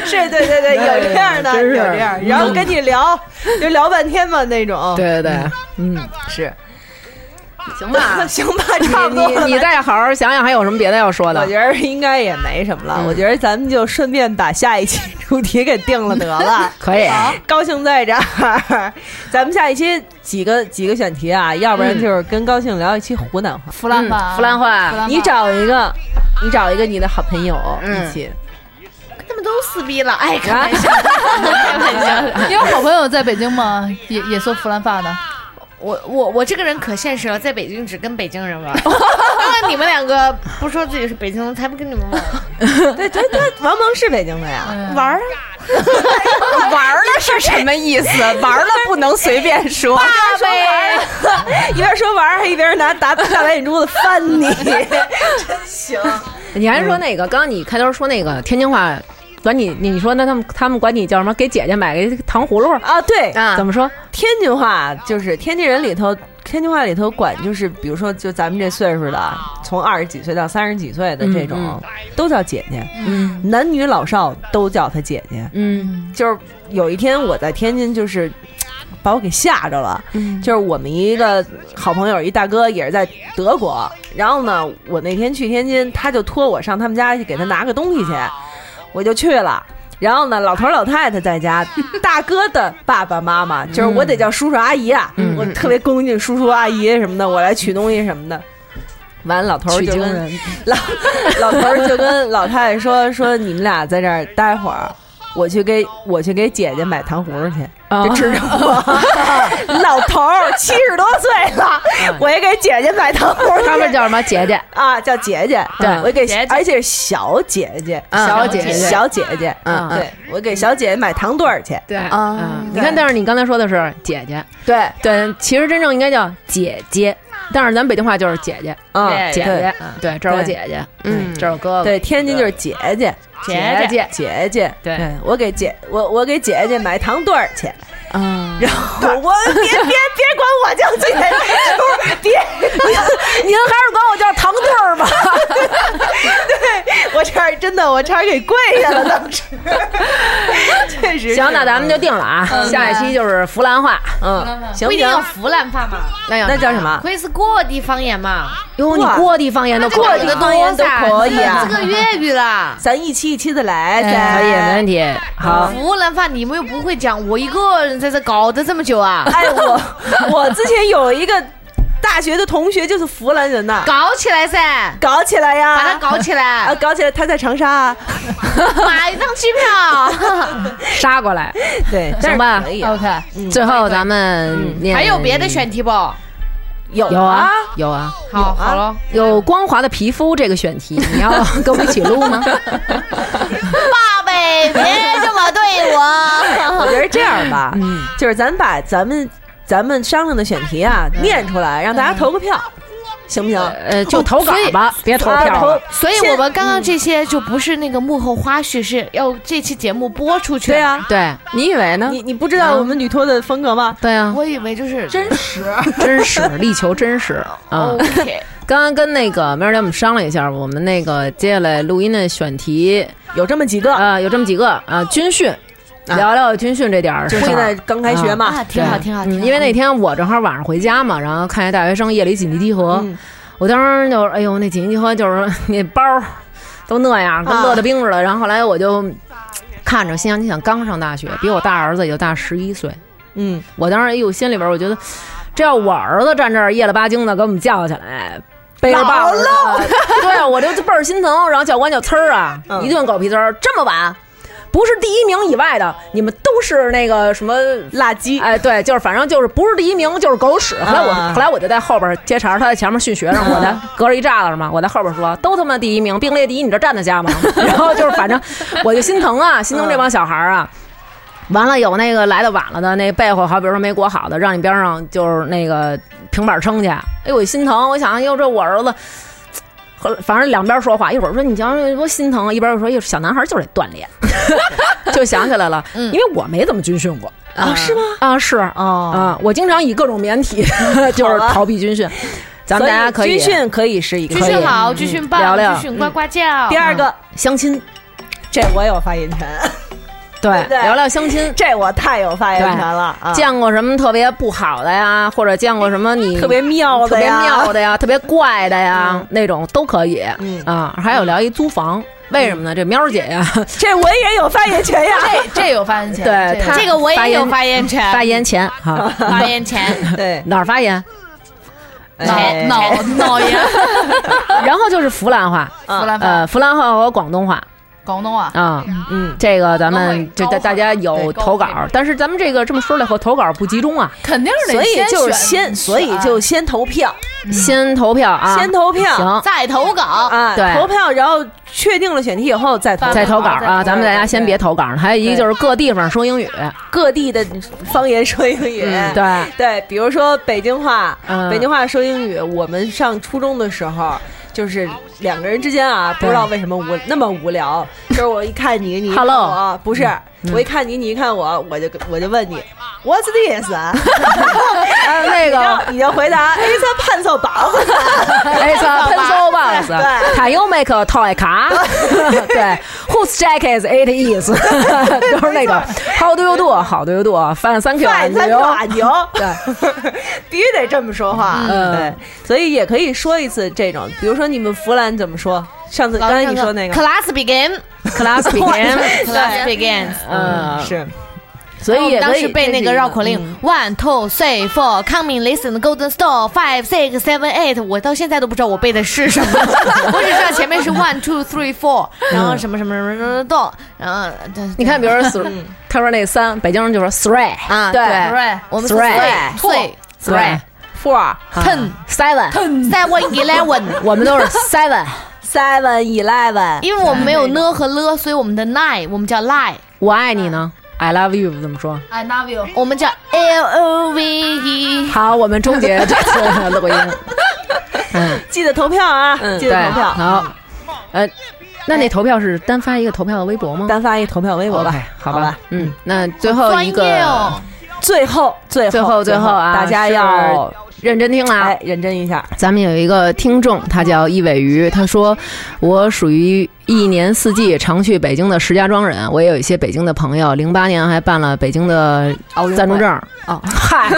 B: 是，对对对，有这样的，有这样，然后跟你聊，就聊半天嘛那种。
H: 对对对，
B: 是，，
H: 行吧
B: 行吧，差不多
H: 你
B: 了。
H: 你你再好好想想，还有什么别的要说的
B: 嗯我？觉得应该也没什么了，
H: 嗯
B: 我觉得咱们就顺便把下一期主题给定了得 了。
H: 可以，嗯
B: 高兴在这儿，咱们下一期几个几个选题啊，要不然就是跟高兴聊一期湖南话。
I: 弗兰吧，
H: 嗯弗嗯兰话
I: 弗兰
B: 你找一个，你找一个你的好朋友一起，
J: 他们都撕逼了，哎，开玩笑，
I: 你有好朋友在北京吗？也也做弗兰发的，
J: 我我我这个人可现实了，在北京只跟北京人玩 儿。刚刚你们两个不说自己是北京人，才不跟你们玩儿。
B: 对对对，王蒙是北京的呀，啊
I: 玩儿
H: 嗯 玩了是什么意 思？玩了不能随便说。
B: 一边说玩儿还一边拿大大白眼珠子翻 你，
H: 你还说那个，刚刚你开头说那个天津话，管你你说那他们他们管你叫什么？给姐姐买个糖葫芦儿
B: 啊，对，
H: 怎么说？
B: 天津话就是天津人里头，天津话里头管就是，比如说就咱们这岁数的，从二十几岁到三十几岁的这种，
H: 嗯
B: 都叫姐姐，
H: 嗯
B: 男女老少都叫她姐姐。
H: 嗯
B: 就是有一天我在天津，就是把我给吓着了。
H: 嗯
B: 就是我们一个好朋友，一大哥也是在德国。然后呢，我那天去天津，他就托我上他们家去给他拿个东西去，
H: 啊
B: 我就去了。然后呢，老头儿老太太 在家，大哥的爸爸妈妈，就是我得叫叔叔阿姨啊，
H: 嗯
B: 我特别恭敬叔叔阿姨什么的，我来取东西什么的。完，老头儿就跟老 老头儿就跟老太太说说你们俩在这儿待会儿，我去给我去给姐姐买糖葫芦去。
H: 啊
B: 就指着 我，老头儿七十多岁了，我也给姐姐买糖葫芦去。
H: 嗯他们叫什么？姐姐
B: 啊，叫姐姐，
H: 对
B: 我给
J: 姐姐，
B: 而且是小姐姐，
H: 嗯小姐姐
B: 小姐姐，
H: 嗯
B: 对我给小姐姐买糖对儿去，
H: 对
K: 啊
H: 嗯你看，但是你刚才说的是姐姐，
B: 对，
H: 对，其实真正应该叫姐姐，但是咱北京话就是姐姐，
B: 嗯，
H: 姐
B: 对
H: 姐，嗯对，这是我姐姐，嗯，这是我哥哥，
B: 对，天津就是姐姐，
H: 姐姐
B: 姐姐，嗯
H: 对
B: 我给姐我我给姐姐买糖对儿去，
K: 啊，
B: 然后我别别别管我叫姐 姐，别，
C: 您还是管我叫糖对儿 吧。
B: 我差点真的我差点给跪下了，当时，确实是
H: 行，那咱们就定了啊，下一期就是弗兰话。
B: 嗯，行
J: 不一定要
B: 行，
J: 湖南话嘛，
H: 那样
B: 那叫什么？
J: 可以是各地方言嘛，
H: 哟，你
B: 哇
H: 各地方言都可以哎
B: 地方言都可以啊
J: 这个粤语啦。
B: 咱一期一期的来，
J: 哎
H: 可以，没
B: 咱
H: 问题。好，
J: 湖南话你们又不会讲，我一个人在这搞得这么久啊，
B: 哎，我我之前有一个大学的同学就是湖南人呐，
J: 搞起来
H: 啊
J: 噻，
B: 搞起来呀，
J: 把它搞起
B: 啊，
J: 来，
B: 搞起来，他在长沙 啊，
J: 买一张机票。
H: 杀过来。
B: 对，但
H: 行
B: 是
H: 吧哦
B: 可以啊，
I: ，OK，
H: 最后咱们
J: 嗯
H: 念
J: 还有别的选题不？
B: 有
H: 有啊，有啊，
J: 好，好了，
H: 有光滑的皮肤这个 选题，你要跟我一起录吗？
J: 爸呗，别这么对
H: 啊
J: 我。
B: 我觉得这样吧，
H: 嗯
B: 就是咱把咱们咱们商量的选题啊念出来，让大家投个票，行不行？
H: 嗯呃，就投稿吧， 别投
B: 啊
H: 票了。
B: 投
J: 所以我们
B: 嗯
J: 刚刚这些就不是那个幕后花絮，是要这期节目播出去。
B: 对，啊，
H: 对，你以为呢？
B: 你你不知
H: 嗯
B: 道我们女托的风格吗？
H: 对啊，
J: 我以为就是真
H: 真实，力求真实啊！
J: OK，
H: 刚刚跟那个梅儿姐我们商量一下，我们那个接下来录音的选题
B: 有这么几个，
H: 啊，有这么几个啊，军训，聊聊军训这点儿事
B: 就
H: 儿。
B: 现在刚开学嘛
J: 啊，，挺好，挺好，挺
H: 嗯，
J: 好。
H: 因为那天我正好晚上回家嘛，然后看见大学生夜里紧急集合，
B: 嗯
H: 我当时就是，哎呦，那紧急集合就是 那包儿都那样，跟
B: 啊
H: 乐的冰似的。然后后来我就看着，心想，你想刚上大学，比我大儿子也就大十一岁，
B: 嗯，
H: 我当时哎呦，心里边我觉得，这要我儿子站这儿夜了吧唧的给我们叫起来，
B: 背着包
H: 老
B: 呃
H: 漏， 对啊我就倍儿心疼。然后教官就呲儿啊，一顿狗屁呲儿，这么晚。不是第一名以外的，你们都是那个什么
B: 垃圾，
H: 哎，对，就是反正就是不是第一名就是狗屎。后来我、
B: 啊
H: 后来我就在后边接茬儿，他在前面训学生，我在隔着一栅栏嘛，我在后边说，都他妈第一名，并列第一，你这站得下吗？然后就是反正我就心疼啊，心疼这帮小孩儿啊。完了，有那个来的晚了的，那被子好，比如说没裹好的，让你边上就是那个平板撑去。哎呦，我心疼，我想，哟，这我儿子，后来反正两边说话，一会儿说你瞧多心疼啊，一边又说，哟，小男孩就得锻炼， 就想起来了，
B: 嗯
H: 因为我没怎么军训过。啊，是吗？啊，是哦，啊，我经常以各种免体 就是逃避 军训，咱们大家可以
B: 军训可啊以嗯是一个
J: 军训好，军训棒，
H: 聊聊
J: 军训呱呱叫。
B: 嗯
J: 嗯
B: 第
H: 嗯
B: 二个
H: 相亲，
B: 这我有发言权，
H: 对
B: 对不对
H: 聊聊相亲，
B: 这我太有发言权了啊！
H: 见过什么特别不好的呀，或者见过什么你
B: 特别妙
H: 嗯特
B: 的
H: 别
B: 呀，嗯
H: 妙的呀，特别怪的呀，那种都可以。啊，还有聊一租房，为什么呢？这喵儿姐呀，
B: 这我也有发言权呀。
I: 这这有发言权，
H: 对
I: 这
H: 她
I: 有
J: 这个我也有
H: 发
J: 发言权，
H: 发言 前哈，
J: 发言权，
B: 对，
H: 哪儿发言？
B: 哎
I: 脑脑脑炎，
H: 然后就是湖南话，
B: 嗯
I: 弗兰
H: 呃，湖南话和广东话
I: 广东话，
H: 啊，嗯，这个咱们这
I: 高
H: 大
I: 会
H: 大家有
I: 对高
H: 投稿
I: 会，
H: 但是咱们这个这么说了以后，投稿不集中啊，
I: 肯定是得
B: 所以就是
I: 先选，
B: 所
H: 啊
B: 以就先投票，
H: 先投票啊，
B: 先投票
H: 行，
J: 再投稿。
B: 啊，
H: 哦对
B: 投票，然后确定了选题以后再投，
H: 再投稿
I: 再投
H: 啊，
I: 稿
H: 咱们大家先别投稿了。还有一个就是各地方说英语，
B: 各地的方言说英语，
H: 嗯对，
B: 对，比如说北京话，
H: 嗯
B: 北京话说英语。我们上初中的时候，就是两个人之间啊，不知道为什么无那么 无聊，就是我一看你，你一看
H: Hello 嗯
B: 我不是，我一看你，你一看我，我就我就问你 What's this？啊
H: 呃那个
B: 你就 回答哎 It's a pencil box。
H: It's a pencil box. Can you make a toy car? 对，Whose jacket it is？都是那个 How do you do? How do you do? Fine, thank you.
B: 快
H: and
B: 三
H: you
B: 瓦牛，对， 必须得这么说话。
H: 嗯
B: 对，所以也可以说一次这种，比如说你们弗兰怎么说？上次刚才你说那个，
J: class begin，class
H: Class begin.
J: begin。
H: 嗯，
B: 是
H: 所以也
J: 当
H: 可
J: 时
H: 以
J: 背那个绕口令
H: 嗯
J: ：one two three four coming listen golden store five six seven eight。我到现在都不知道我背的是什么， 我只知道前面是 one two three four，然后什么什么什么什么到，然后
H: 嗯你看，比如说 three，他说那三，北京人就说 three
J: 啊
H: 对
J: 对，我们
H: Three
J: three
H: three
B: four
H: ten seven，
J: seven eleven。
H: 嗯 我们都是 seven
B: seven eleven。
J: 因为我们没有呢和了，所以我们的 nine 我们叫 lie，
H: 我爱你呢，I love you 怎么说？
I: I love you，
J: 我们叫 l o v e。
H: 好，我们终结这次的录音。嗯，
B: 记得投票啊！
H: 对，
B: 记得投票，
H: 好，呃，那那投票是单发一个投票的微博吗？
B: 单发一投票微博吧
H: OK，，好
B: 吧。
H: 吧，嗯，那最后一
J: 专业
H: 个
J: 哦，
B: 最后，最后，
H: 最后最后啊，
B: 大家要
H: 是认真听了啊
B: 哎。认真一下。
H: 咱们有一个听众，他叫一尾鱼，他说我属于一年四季常去北京的石家庄人，我也有一些北京的朋友。零八年还办了北京的暂住证啊，哦嗨，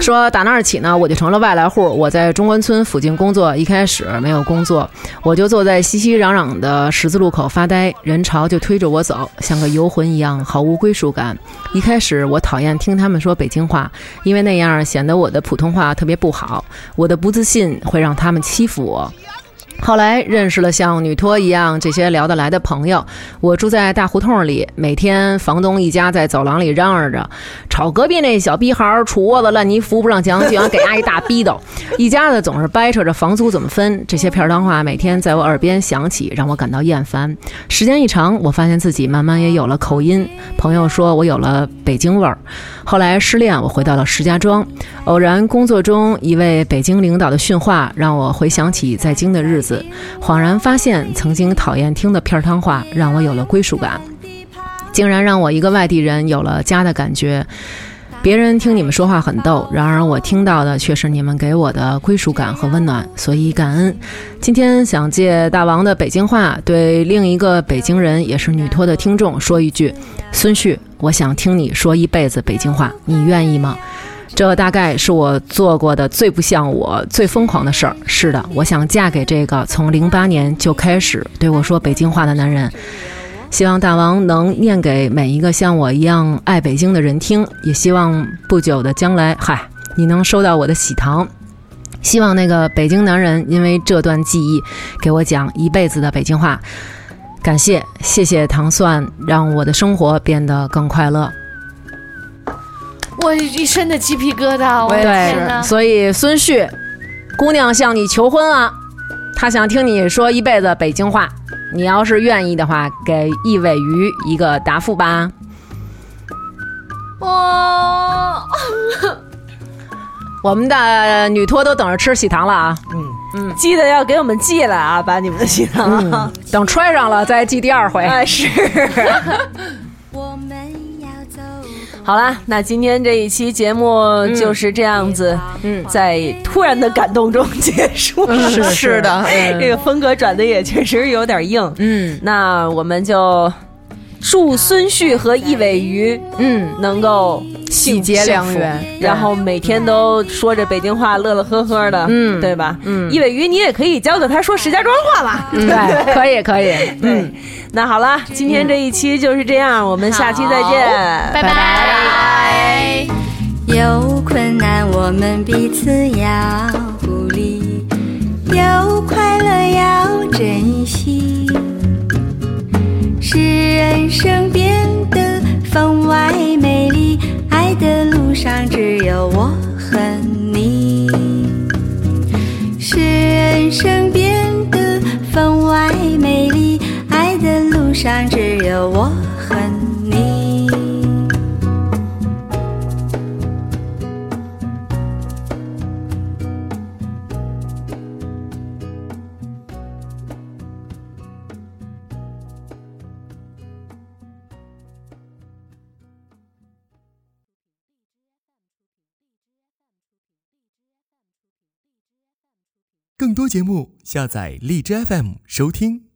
H: 说打那儿起呢，我就成了外来户。我在中关村附近工作，一开始没有工作，我就坐在熙熙攘攘的十字路口发呆，人潮就推着我走，像个游魂一样，毫无归属感。一开始我讨厌听他们说北京话，因为那样显得我的普通话特别不好。我的不自信会让他们欺负我。后来认识了像女托一样这些聊得来的朋友。我住在大胡同里，每天房东一家在走廊里嚷嚷着，吵隔壁那小逼孩儿杵窝子烂泥扶不上墙，就想给他一大逼斗。 一家子总是掰扯着房租怎么分，这些片儿汤话每天在我耳边响起，让我感到厌烦。时间一长，我发现自己慢慢也有了口音。朋友说我有了北京味儿。后来失恋，我回到了石家庄，偶然工作中一位北京领导的训话，让我回想起在京的日子，恍然发现曾经讨厌听的片儿汤话，让我有了归属感，竟然让我一个外地人有了家的感觉。别人听你们说话很逗，然而我听到的却是你们给我的归属感和温暖，所以感恩。今天想借大王的北京话，对另一个北京人也是女托的听众说一句：孙旭，我想听你说一辈子北京话，你愿意吗？这大概是我做过的最不像我、最疯狂的事儿。是的，我想嫁给这个从零八年就开始对我说北京话的男人。希望大王能念给每一个像我一样爱北京的人听，也希望不久的将来，嗨，你能收到我的喜糖。希望那个北京男人因为这段记忆，给我讲一辈子的北京话。感谢，谢谢糖蒜，让我的生活变得更快乐。
J: 我一身的鸡皮疙瘩，我的天
H: 对，
J: 哪！
H: 所以孙旭，姑娘向你求婚了，她想听你说一辈子北京话。你要是愿意的话，给易尾鱼一个答复吧。
J: 哇，
H: 我们的女托都等着吃喜糖了啊！
B: 记得要给我们寄来啊，把你们的喜糖啊。
H: 等揣上了再记第二回。
B: 哎，是。好啦，那今天这一期节目就是这样子，嗯，在突然的感动中结束 了。
K: 是是的嗯
B: 这个风格转的也确实有点硬。
H: 嗯，
B: 那我们就祝孙旭和易尾鱼，
H: 嗯，
B: 能够
K: 喜结良缘
B: 幸福然后每天都说着北京话，乐乐呵呵的，
H: 嗯
B: 对吧？
H: 嗯
B: 易尾鱼，你也可以教教他说石家庄话吧。
H: 嗯对，可以可以，嗯，
B: 那好了，今天这一期就是这样，我们下期再见，
J: 拜拜。
A: 有困难我们彼此要鼓励，有快乐要珍惜，使人生变得分外美丽。爱的路上只有我和你，使人生变得分外美丽。爱的路上只有我和你。
L: 更多节目，下载荔枝 FM 收听。